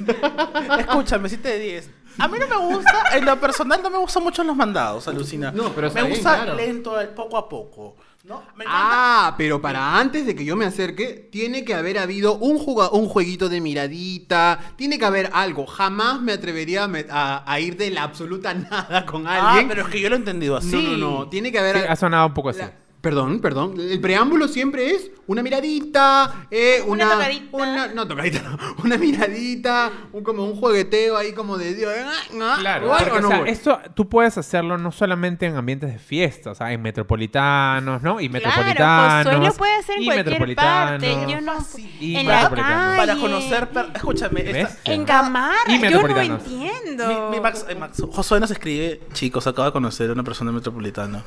Escúchame, 7 de 10. A mí no me gusta, en lo personal no me gustan mucho los mandados, alucina. No, pero está me bien, gusta claro. lento, el poco a poco. ¿no? Me encanta. Ah, pero para antes de que yo me acerque, tiene que haber habido un, juga- un jueguito de miradita, tiene que haber algo. Jamás me atrevería a, me- a- a ir de la absoluta nada con Ah, alguien. pero es que yo lo he entendido así. No, no, no, tiene que haber Sí, ha al- sonado un poco así. la- Perdón, perdón. El preámbulo siempre es una miradita, eh, Una una, tocadita. una- no, tocadita, no. Una miradita, un- como un jugueteo ahí como de Dios. eh, ah, ah, Claro, ¿voy porque, o no o sea, voy? esto tú puedes hacerlo no solamente en ambientes de fiesta, o sea, en metropolitanos, ¿no? Y metropolitanos. Claro, Josué lo pues, puede hacer en y cualquier parte. metropolitanos. Yo no, Y en la metropolitanos. calle. Para conocer. per- Escúchame. esta- ¿Ves? En Gamarra, Y yo no metropolitanos. entiendo. Mi, mi Max, eh, Max- Josué nos escribe, chicos, acabo de conocer a una persona metropolitana.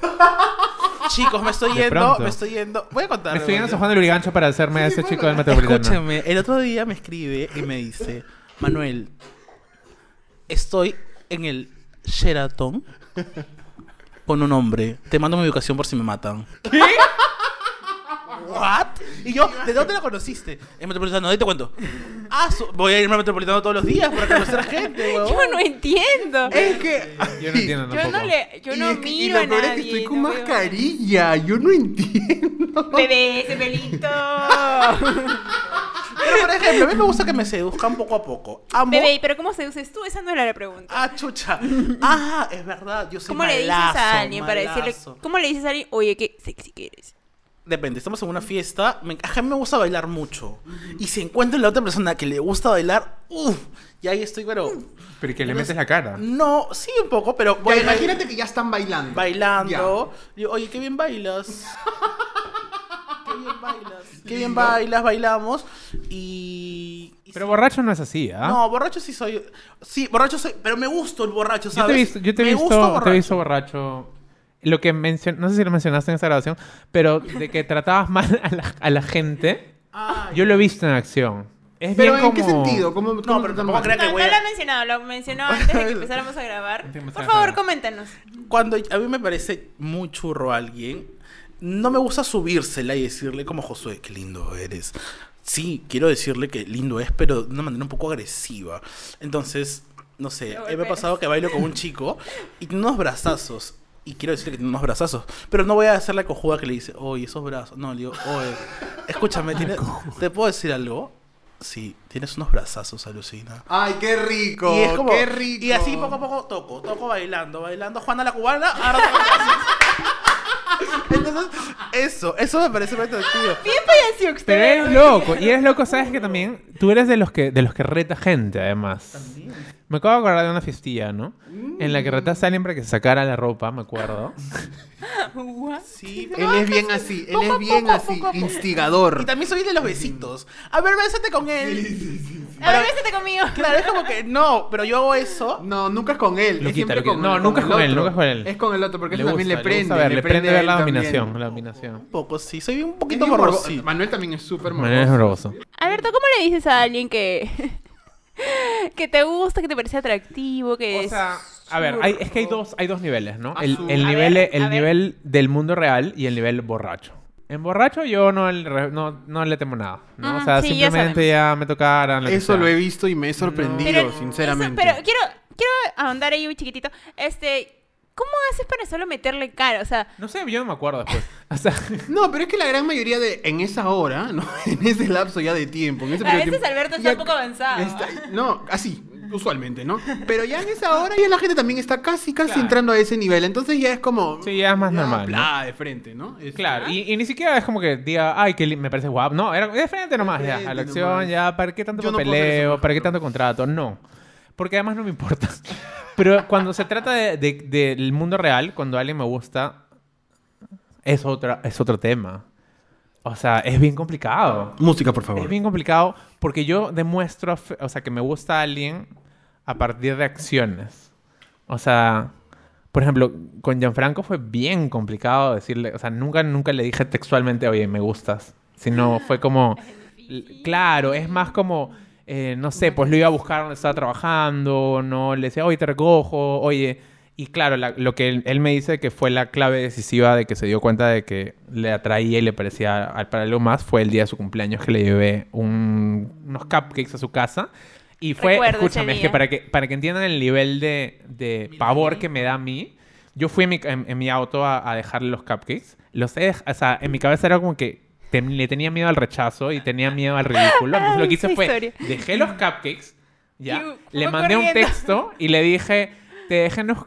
chicos, me estoy De yendo, pronto. me estoy yendo. Voy a contar. Me estoy yendo a San Juan de Lurigancho para hacerme a ese chico del metropolitano. Escúchame, el otro día me escribe y me dice, Manuel, estoy en el Sheraton con un hombre. Te mando mi ubicación por si me matan. ¿Qué? ¿What? Y yo, ¿de dónde la conociste? En Metropolitano, ahí te cuento. Ah, su- voy a irme a Metropolitano todos los días para conocer a gente, huevón. Yo no entiendo. Es que. Yo no entiendo yo tampoco. no le, yo Eh, y no es que- y miro lo a peor nadie. es que estoy con no veo- mascarilla. Yo no entiendo. Bebé, ese pelito. Pero, por ejemplo, a mí me gusta que me seduzcan poco a poco. Amo. Bebé, pero ¿cómo seduces tú? Esa no era la pregunta. Ah, chucha. Ah, es verdad. Yo soy ¿Cómo le dices malazo, a alguien para decirle, malazo. cómo le dices a alguien, oye, qué sexy que eres? Depende, estamos en una fiesta. Me, a mí me gusta bailar mucho. Y si encuentro la otra persona que le gusta bailar, uff. Y ahí estoy, pero. Pero que le metes la cara. No, sí, un poco, pero voy Ya, bail- imagínate que ya están bailando. bailando. Digo, oye, qué bien bailas. qué bien bailas. Qué bien bailas, bailamos. Y. y Pero sí. borracho no es así, ¿ah? No, borracho sí soy. Sí, borracho soy. Pero me gusto el borracho, Yo te ¿sabes? he visto, yo te he Me visto, gusta te he borracho. visto borracho. Lo que mencionaste, no sé si lo mencionaste en esta grabación, pero de que tratabas mal a la, a la gente, yo lo he visto en acción. Es Ah, Pero bien ¿en qué como- sentido? ¿Cómo, No, pero tampoco crea No, que no voy lo a... ha mencionado, lo mencionó antes de que empezáramos a grabar. que empezar Por a favor, grabar. coméntanos. Cuando a mí me parece muy churro a alguien, no me gusta subírsela y decirle como Josué, qué lindo eres. Sí, quiero decirle que lindo es, pero de una manera un poco agresiva. Entonces, no sé, Lo eh, me ha golpeas. pasado que bailo con un chico y tiene unos brazazos. Y quiero decirle que tiene unos brazazos. Pero no voy a hacer la cojuda que le dice, oye, esos brazos. No, le digo, oye, escúchame, tiene- ¿te puedo decir algo? Sí, tienes unos brazazos, alucina. Ay, qué rico. Y es como- qué rico. Y así poco a poco toco, toco bailando, bailando. Juana la cubana, ahora toco brazos. Entonces, eso, eso me parece muy divertido. Bien payaso ustedes. Pero eres loco, y eres loco, sabes que también tú eres de los que de los que reta gente además. Me acabo de acordar de una fiestilla, ¿no? En Mm. la que retaste a alguien para que se sacara la ropa, me acuerdo. What? Sí. Él es bien así. Él es bien así. Y Instigador. también soy de los besitos. A ver, bésate con él. A ver, bésate conmigo. Claro, es como que no, pero yo hago eso. No, nunca es con él. Lo es quita, siempre lo quita. con No, el- nunca es con el él, otro. nunca es con él. Es con el otro, porque Le eso también gusta, le gusta prende. ver, le prende ver a la él también. dominación, la dominación. Un poco sí, soy un Es poquito bien morbo- borroso. Manuel también es súper Manuel es morboso. grosso. Alberto, ¿cómo le dices a alguien que que te gusta, que te parece atractivo, que O es sea, a ver, hay- es que hay dos, hay dos niveles, ¿no? El, Azul. el A nivel, ver, a el ver. nivel del mundo real y el nivel borracho. En borracho yo no, el re- no, no le temo nada, ¿no? o Mm, sea, sí, ya simplemente ya me tocaran. que Eso sea. lo he visto y me he sorprendido, eso- sinceramente. pero quiero quiero ahondar ahí un chiquitito. Este, ¿cómo haces para solo meterle cara? O sea, No sé, yo no me acuerdo después. O sea, No, pero es que la gran mayoría de. En esa hora, ¿no? En ese lapso ya de tiempo. En ese a periodo de veces tiempo, Alberto está ya- un poco avanzado. Está- no, así, usualmente, ¿no? Pero ya en esa Ah. hora ya la gente también está casi, casi entrando a ese nivel. Entonces ya es como. Sí, ya es más normal, bla, de frente, ¿no? Es- claro, y, y ni siquiera es como que diga, ay, que me parece guapo. No, era de frente nomás, De ya, a frente la acción, nomás. ya, ¿para qué tanto Yo no puedo hacer eso, papeleo? por ¿Para qué ejemplo. tanto contrato? No. Porque además no me importa. Pero cuando se trata de- de- del mundo real, cuando alguien me gusta, es, otra, es otro tema. O sea, es bien complicado. Música, por favor. Es bien complicado porque yo demuestro, af- o sea, que me gusta a alguien a partir de acciones. O sea, por ejemplo, con Gianfranco fue bien complicado decirle, o sea, nunca, nunca le dije textualmente, oye, me gustas, sino fue como, l- claro, es más como, eh, no sé, pues lo iba a buscar donde estaba trabajando, no, le decía, oye, te recojo, oye. Y claro, la- lo que él, él me dice que fue la clave decisiva de que se dio cuenta de que le atraía y le parecía al para algo más fue el día de su cumpleaños que le llevé un- unos cupcakes a su casa. Y fue, Recuerdo ese escúchame, es que día. para que, para que entiendan el nivel de, de pavor que me da a mí, yo fui en mi, en- en mi auto a, a dejarle los cupcakes. Los he dej- o sea, en mi cabeza era como que te- le tenía miedo al rechazo y tenía miedo al ridículo. Entonces lo que hice Esa fue, historia. dejé los cupcakes, ya, Y, uh, le fue mandé un corriendo. texto y le dije, te dejé unos,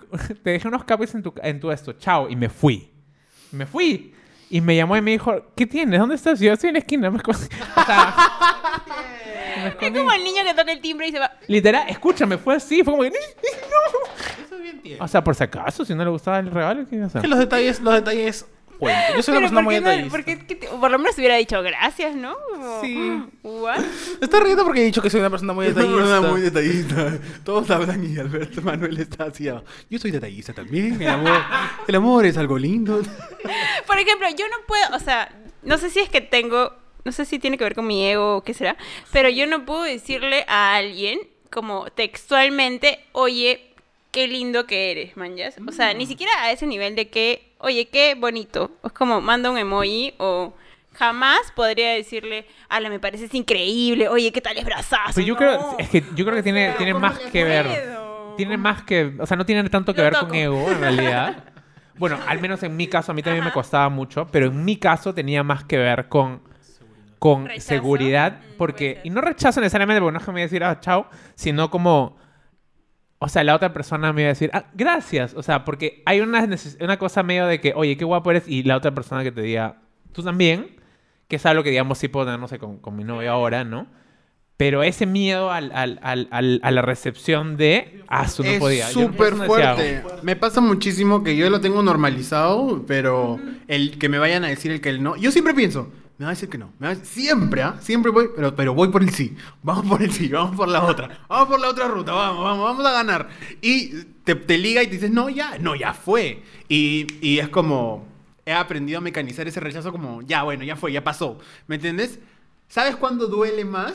te dejé unos cupcakes en tu, en tu esto, chao, y me fui. Me fui. Y me llamó y me dijo, ¿qué tienes? ¿Dónde estás? Y yo estoy en la esquina. Me escondí. O sea, me Es escondí. como el niño que toca el timbre y se va. Literal, escúchame, fue así. Fue como que... "No". Eso es bien tierno. O sea, por si acaso, si no le gustaba el regalo, ¿qué iba a hacer? Que los detalles, los detalles cuentan. Yo soy una Pero persona ¿por muy qué no- detallista. por qué- qué te- por lo menos hubiera dicho gracias, ¿no? Como, Sí. "What?". Está riendo porque he dicho que soy una persona muy Es una persona detallista. muy detallista. Todos hablan y Alberto Manuel está así. ah, abajo. Yo soy detallista también. El amor, el amor es algo lindo. Por ejemplo, yo no puedo, o sea, no sé si es que tengo, no sé si tiene que ver con mi ego o qué será, pero yo no puedo decirle a alguien como textualmente, oye, qué lindo que eres, man, ¿ya? O sea, Mm. ni siquiera a ese nivel de que, oye, qué bonito. Es como manda un emoji o jamás podría decirle, ala, me pareces increíble, oye, qué tal es brazazo. Pero Pues yo No. creo, es que yo creo que tiene, Pero tiene ¿cómo más le que ver. puedo? Tiene más que, o sea, no tiene tanto que Lo ver toco. con ego en realidad. Bueno, al menos en mi caso, a mí también me Ajá. costaba mucho, pero en mi caso tenía más que ver con, con Rechazo. seguridad, Mm, porque, puede ser. y no rechazo necesariamente porque no es que me iba a decir, ah, chao, sino como, o sea, la otra persona me iba a decir, ah, gracias, o sea, porque hay una, neces- una cosa medio de que, oye, qué guapo eres, y la otra persona que te diga, tú también, que es algo que, digamos, sí puedo tener, no sé, con, con mi novio ahora, ¿no? Pero ese miedo al, al- al- al- a la recepción de... Ah, su no podía. es Yo no- súper eso no decía, fuerte. Me pasa muchísimo que yo lo tengo normalizado, pero el que me vayan a decir el que el no. Yo siempre pienso, me va a decir que no. me va a- Siempre, ¿ah? Siempre voy, pero, pero voy por el sí. Vamos por el sí, vamos por la otra. Vamos por la otra ruta, vamos, vamos, vamos a ganar. Y te, te liga y te dices, no, ya, no, ya fue. Y, y es como, he aprendido a mecanizar ese rechazo como, ya, bueno, ya fue, ya pasó. ¿Me entiendes? ¿Sabes cuándo duele más?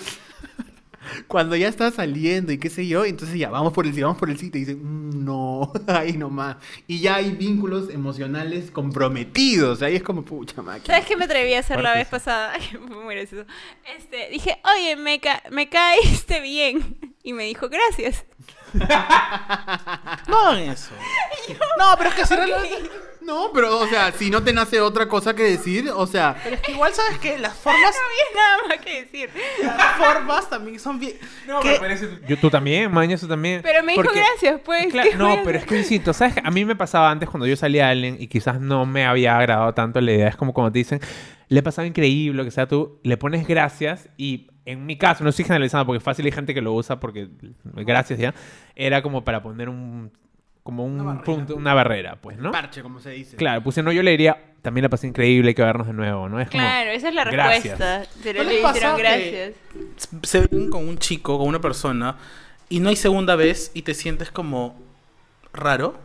Cuando ya estás saliendo y qué sé yo, entonces ya vamos por el sí, vamos por el sí, te dicen, "Mm, no, ahí nomás. Y ya hay vínculos emocionales comprometidos, ahí es como, pucha máquina. ¿Sabes qué me atreví a hacer la vez pasada? Fue muy gracioso. Este, dije, oye, me, ca- me caíste bien. Y me dijo, gracias. No hagan eso. No, pero es que hacer No, pero, o sea, si no te nace otra cosa que decir, o sea, Pero es que igual sabes que las No formas, había nada más que decir. las formas también son bien. No, ¿Qué? me parece. Yo tú también, maña, eso también. Pero me dijo, Porque- gracias, pues. Claro, ¿qué voy no, a pero es hacer? que insisto, ¿sabes? qué? A mí me pasaba antes cuando yo salía a alguien y quizás no me había agradado tanto la idea. Es como cuando te dicen, le he pasado increíble, lo que sea, tú le pones gracias y en mi caso, no estoy generalizando porque fácil hay gente que lo usa porque gracias ya, era como para poner un, como un punto, una barrera, pues, ¿no? parche, como se dice. Claro, puse no, yo le diría, también la pasé increíble, hay que vernos de nuevo, ¿no? Es como, Claro, esa es la Gracias. respuesta. Pero le ¿No les dijeron pasó que- gracias. Se ven con un chico, con una persona, y no hay segunda vez y te sientes como raro.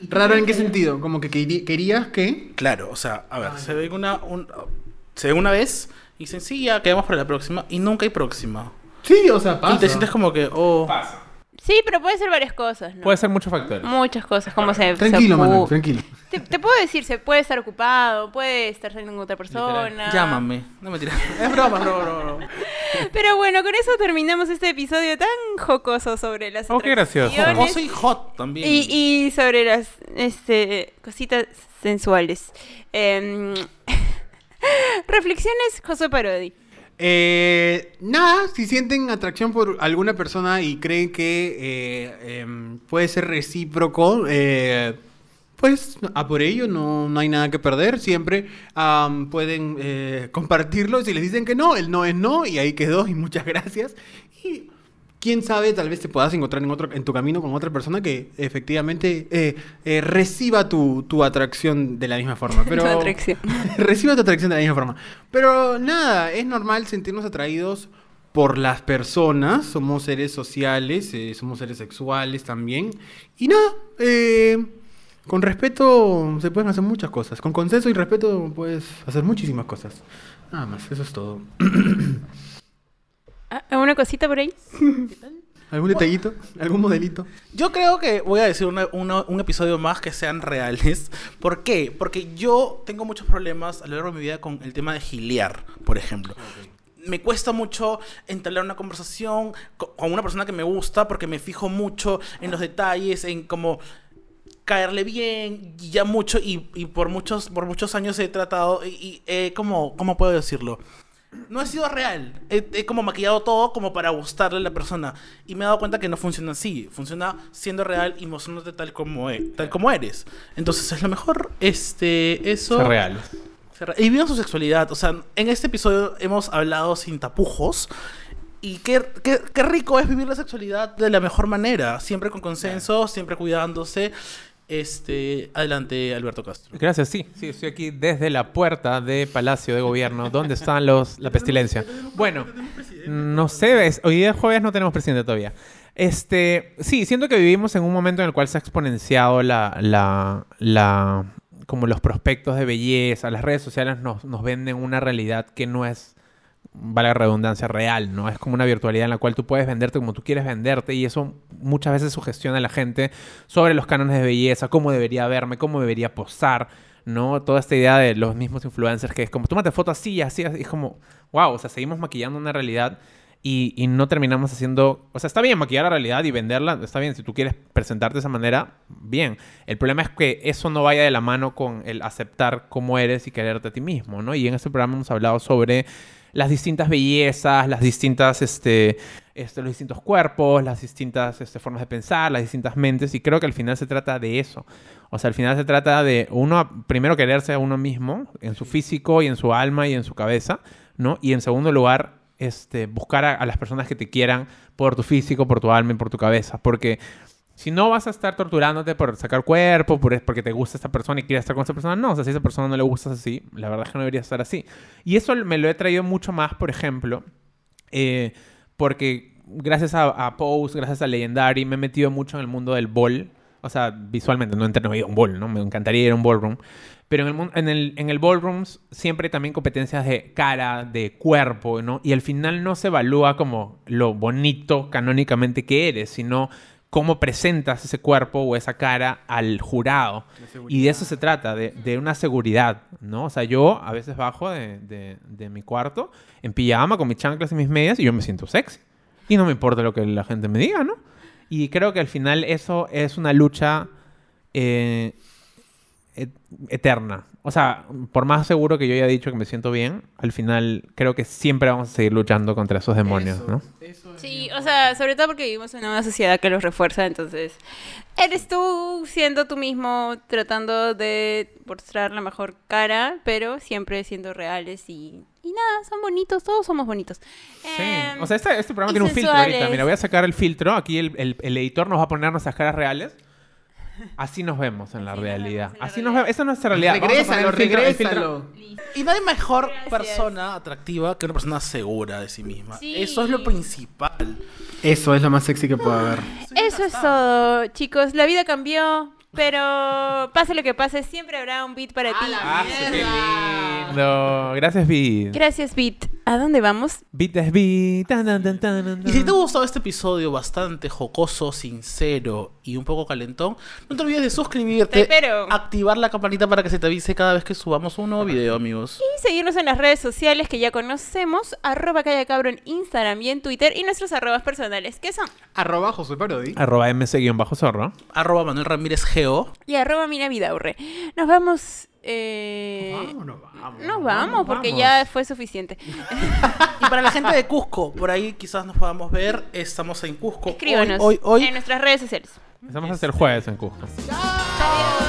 Raro en qué sentido, como que queri- querías que... Claro, o sea, a ver, se ven una, un- se ven una vez y dicen, sí, ya quedamos para la próxima, y nunca hay próxima. Sí, o sea, pasa. Y te sientes como que, oh. Pasa. Sí, pero puede ser varias cosas, ¿no? puede ser muchos factores. Muchas cosas, como se. se Tranquilo, ocu- Manuel, tranquilo. Te, te puedo decir, se puede estar ocupado, puede estar saliendo con otra persona. Llámame. No me tiras. Es broma, bro, bro, bro. Pero bueno, con eso terminamos este episodio tan jocoso sobre las Oh, qué gracioso. atracciones. Jocoso y hot también. Y, y sobre las este, cositas sensuales. Em, reflexiones, José Parodi. Eh, nada, si sienten atracción por alguna persona y creen que eh, em, puede ser recíproco, eh, pues a por ello no, no hay nada que perder. Siempre am, pueden eh, compartirlo. Si les dicen que no, el no es no y ahí quedó y muchas gracias. Y quién sabe, tal vez te puedas encontrar en, otro, en tu camino con otra persona que efectivamente eh, eh, reciba tu, tu atracción de la misma forma. Pero, Tu atracción. reciba tu atracción de la misma forma. Pero nada, es normal sentirnos atraídos por las personas. Somos seres sociales, eh, somos seres sexuales también. Y nada, eh, con respeto se pueden hacer muchas cosas. Con consenso y respeto puedes hacer muchísimas cosas. Nada más, eso es todo. Ah, ¿Alguna cosita por ahí? ¿Algún detallito? ¿Algún modelito? Yo creo que voy a decir una- una- un episodio más que sean reales. ¿Por qué? Porque yo tengo muchos problemas a lo largo de mi vida con el tema de giliar, por ejemplo. Me cuesta mucho entablar una conversación co- con una persona que me gusta porque me fijo mucho en los detalles, en cómo caerle bien, y ya mucho, y, y por, muchos, por muchos años he tratado, y, y he como, ¿cómo puedo decirlo? No he sido real. He, he como maquillado todo como para gustarle a la persona. Y me he dado cuenta que no funciona así. Funciona siendo real y mostrándote tal como, e- tal como eres. Entonces es lo mejor. Este, eso. Ser real. Cerra- Y vivan su sexualidad. O sea, en este episodio hemos hablado sin tapujos. Y qué, qué- qué rico es vivir la sexualidad de la mejor manera. Siempre con consenso, siempre cuidándose. Este, adelante, Alberto Castro. Gracias, sí. Sí, estoy aquí desde la puerta de Palacio de Gobierno. ¿Dónde están los la pestilencia? Bueno, no sé, es- hoy día es jueves no tenemos presidente todavía. Este, sí, siento que vivimos en un momento en el cual se ha exponenciado la, la, la como los prospectos de belleza, las redes sociales nos, nos venden una realidad que no es valga la redundancia, real, ¿no? Es como una virtualidad en la cual tú puedes venderte como tú quieres venderte y eso muchas veces sugestiona a la gente sobre los cánones de belleza, cómo debería verme, cómo debería posar, ¿no? Toda esta idea de los mismos influencers que es como, tómate foto así, así, así, es como, wow, o sea, seguimos maquillando una realidad y, y no terminamos haciendo, o sea, está bien maquillar la realidad y venderla, está bien, si tú quieres presentarte de esa manera, bien. El problema es que eso no vaya de la mano con el aceptar cómo eres y quererte a ti mismo, ¿no? Y en este programa hemos hablado sobre las distintas bellezas, las distintas, este, este, los distintos cuerpos, las distintas este, formas de pensar, las distintas mentes, y creo que al final se trata de eso. O sea, al final se trata de uno, primero quererse a uno mismo, en su físico y en su alma y en su cabeza, ¿no? Y en segundo lugar, este, buscar a, a las personas que te quieran por tu físico, por tu alma y por tu cabeza, porque... Si no vas a estar torturándote por sacar cuerpo, por, porque te gusta esta persona y quieres estar con esa persona, no. O sea, si a esa persona no le gustas así, la verdad es que no debería estar así. Y eso me lo he traído mucho más, por ejemplo, eh, porque gracias a, a Pose, gracias a Legendary, me he metido mucho en el mundo del ball. O sea, visualmente, no entreno a un ball, ¿no? Me encantaría ir a un ballroom. Pero en el, mun- en el, en el ballrooms siempre hay también competencias de cara, de cuerpo, ¿no? Y al final no se evalúa como lo bonito canónicamente que eres, sino cómo presentas ese cuerpo o esa cara al jurado. Y de eso se trata, de, de una seguridad, ¿no? O sea, yo a veces bajo de, de- de mi cuarto en pijama con mis chanclas y mis medias y yo me siento sexy. Y no me importa lo que la gente me diga, ¿no? Y creo que al final eso es una lucha eh, et- eterna. O sea, por más seguro que yo haya dicho que me siento bien, al final creo que siempre vamos a seguir luchando contra esos demonios, ¿no? Sí, o sea, sobre todo porque vivimos en una sociedad que los refuerza, entonces eres tú siendo tú mismo, tratando de mostrar la mejor cara, pero siempre siendo reales y, y nada, son bonitos, todos somos bonitos. Sí. Em, O sea, este, este programa y tiene un filtro sensuales. ahorita. Mira, voy a sacar el filtro. Aquí el, el- el editor nos va a poner nuestras caras reales. Así nos vemos en la Así nos realidad. vemos en la Así nos realidad. vemos. Esa es nuestra realidad. Vamos a poner Regrésalo, el filtro- el filtro. regrésalo. Y no hay mejor Gracias. persona atractiva que una persona segura de sí misma. Sí. Eso es lo principal. Eso es lo más sexy que puede haber. Eso es todo, chicos, la vida cambió, pero pase lo que pase, siempre habrá un beat para ti. No, gracias, Beat. Gracias, beat. ¿A dónde vamos? Beat es Beat. Tan, tan, tan, tan, tan, Y si te ha tan. gustado este episodio bastante jocoso, sincero y un poco calentón, no te olvides de suscribirte, Te espero. activar la campanita para que se te avise cada vez que subamos un nuevo video, amigos. Y seguirnos en las redes sociales que ya conocemos, arroba Calla Cabro en Instagram y en Twitter, y nuestros arrobas personales, que son Arroba José Parodi. Arroba mc-zorro. Arroba Manuel Ramírez Geo. y arroba Mina Vidaurre. Nos vamos... eh, nos vamos. nos vamos, porque ya fue suficiente. Y para la gente de Cusco, por ahí quizás nos podamos ver. Estamos en Cusco. Escríbanos Hoy, hoy, hoy. en nuestras redes sociales. Empezamos a hacer jueves en Cusco. Adiós.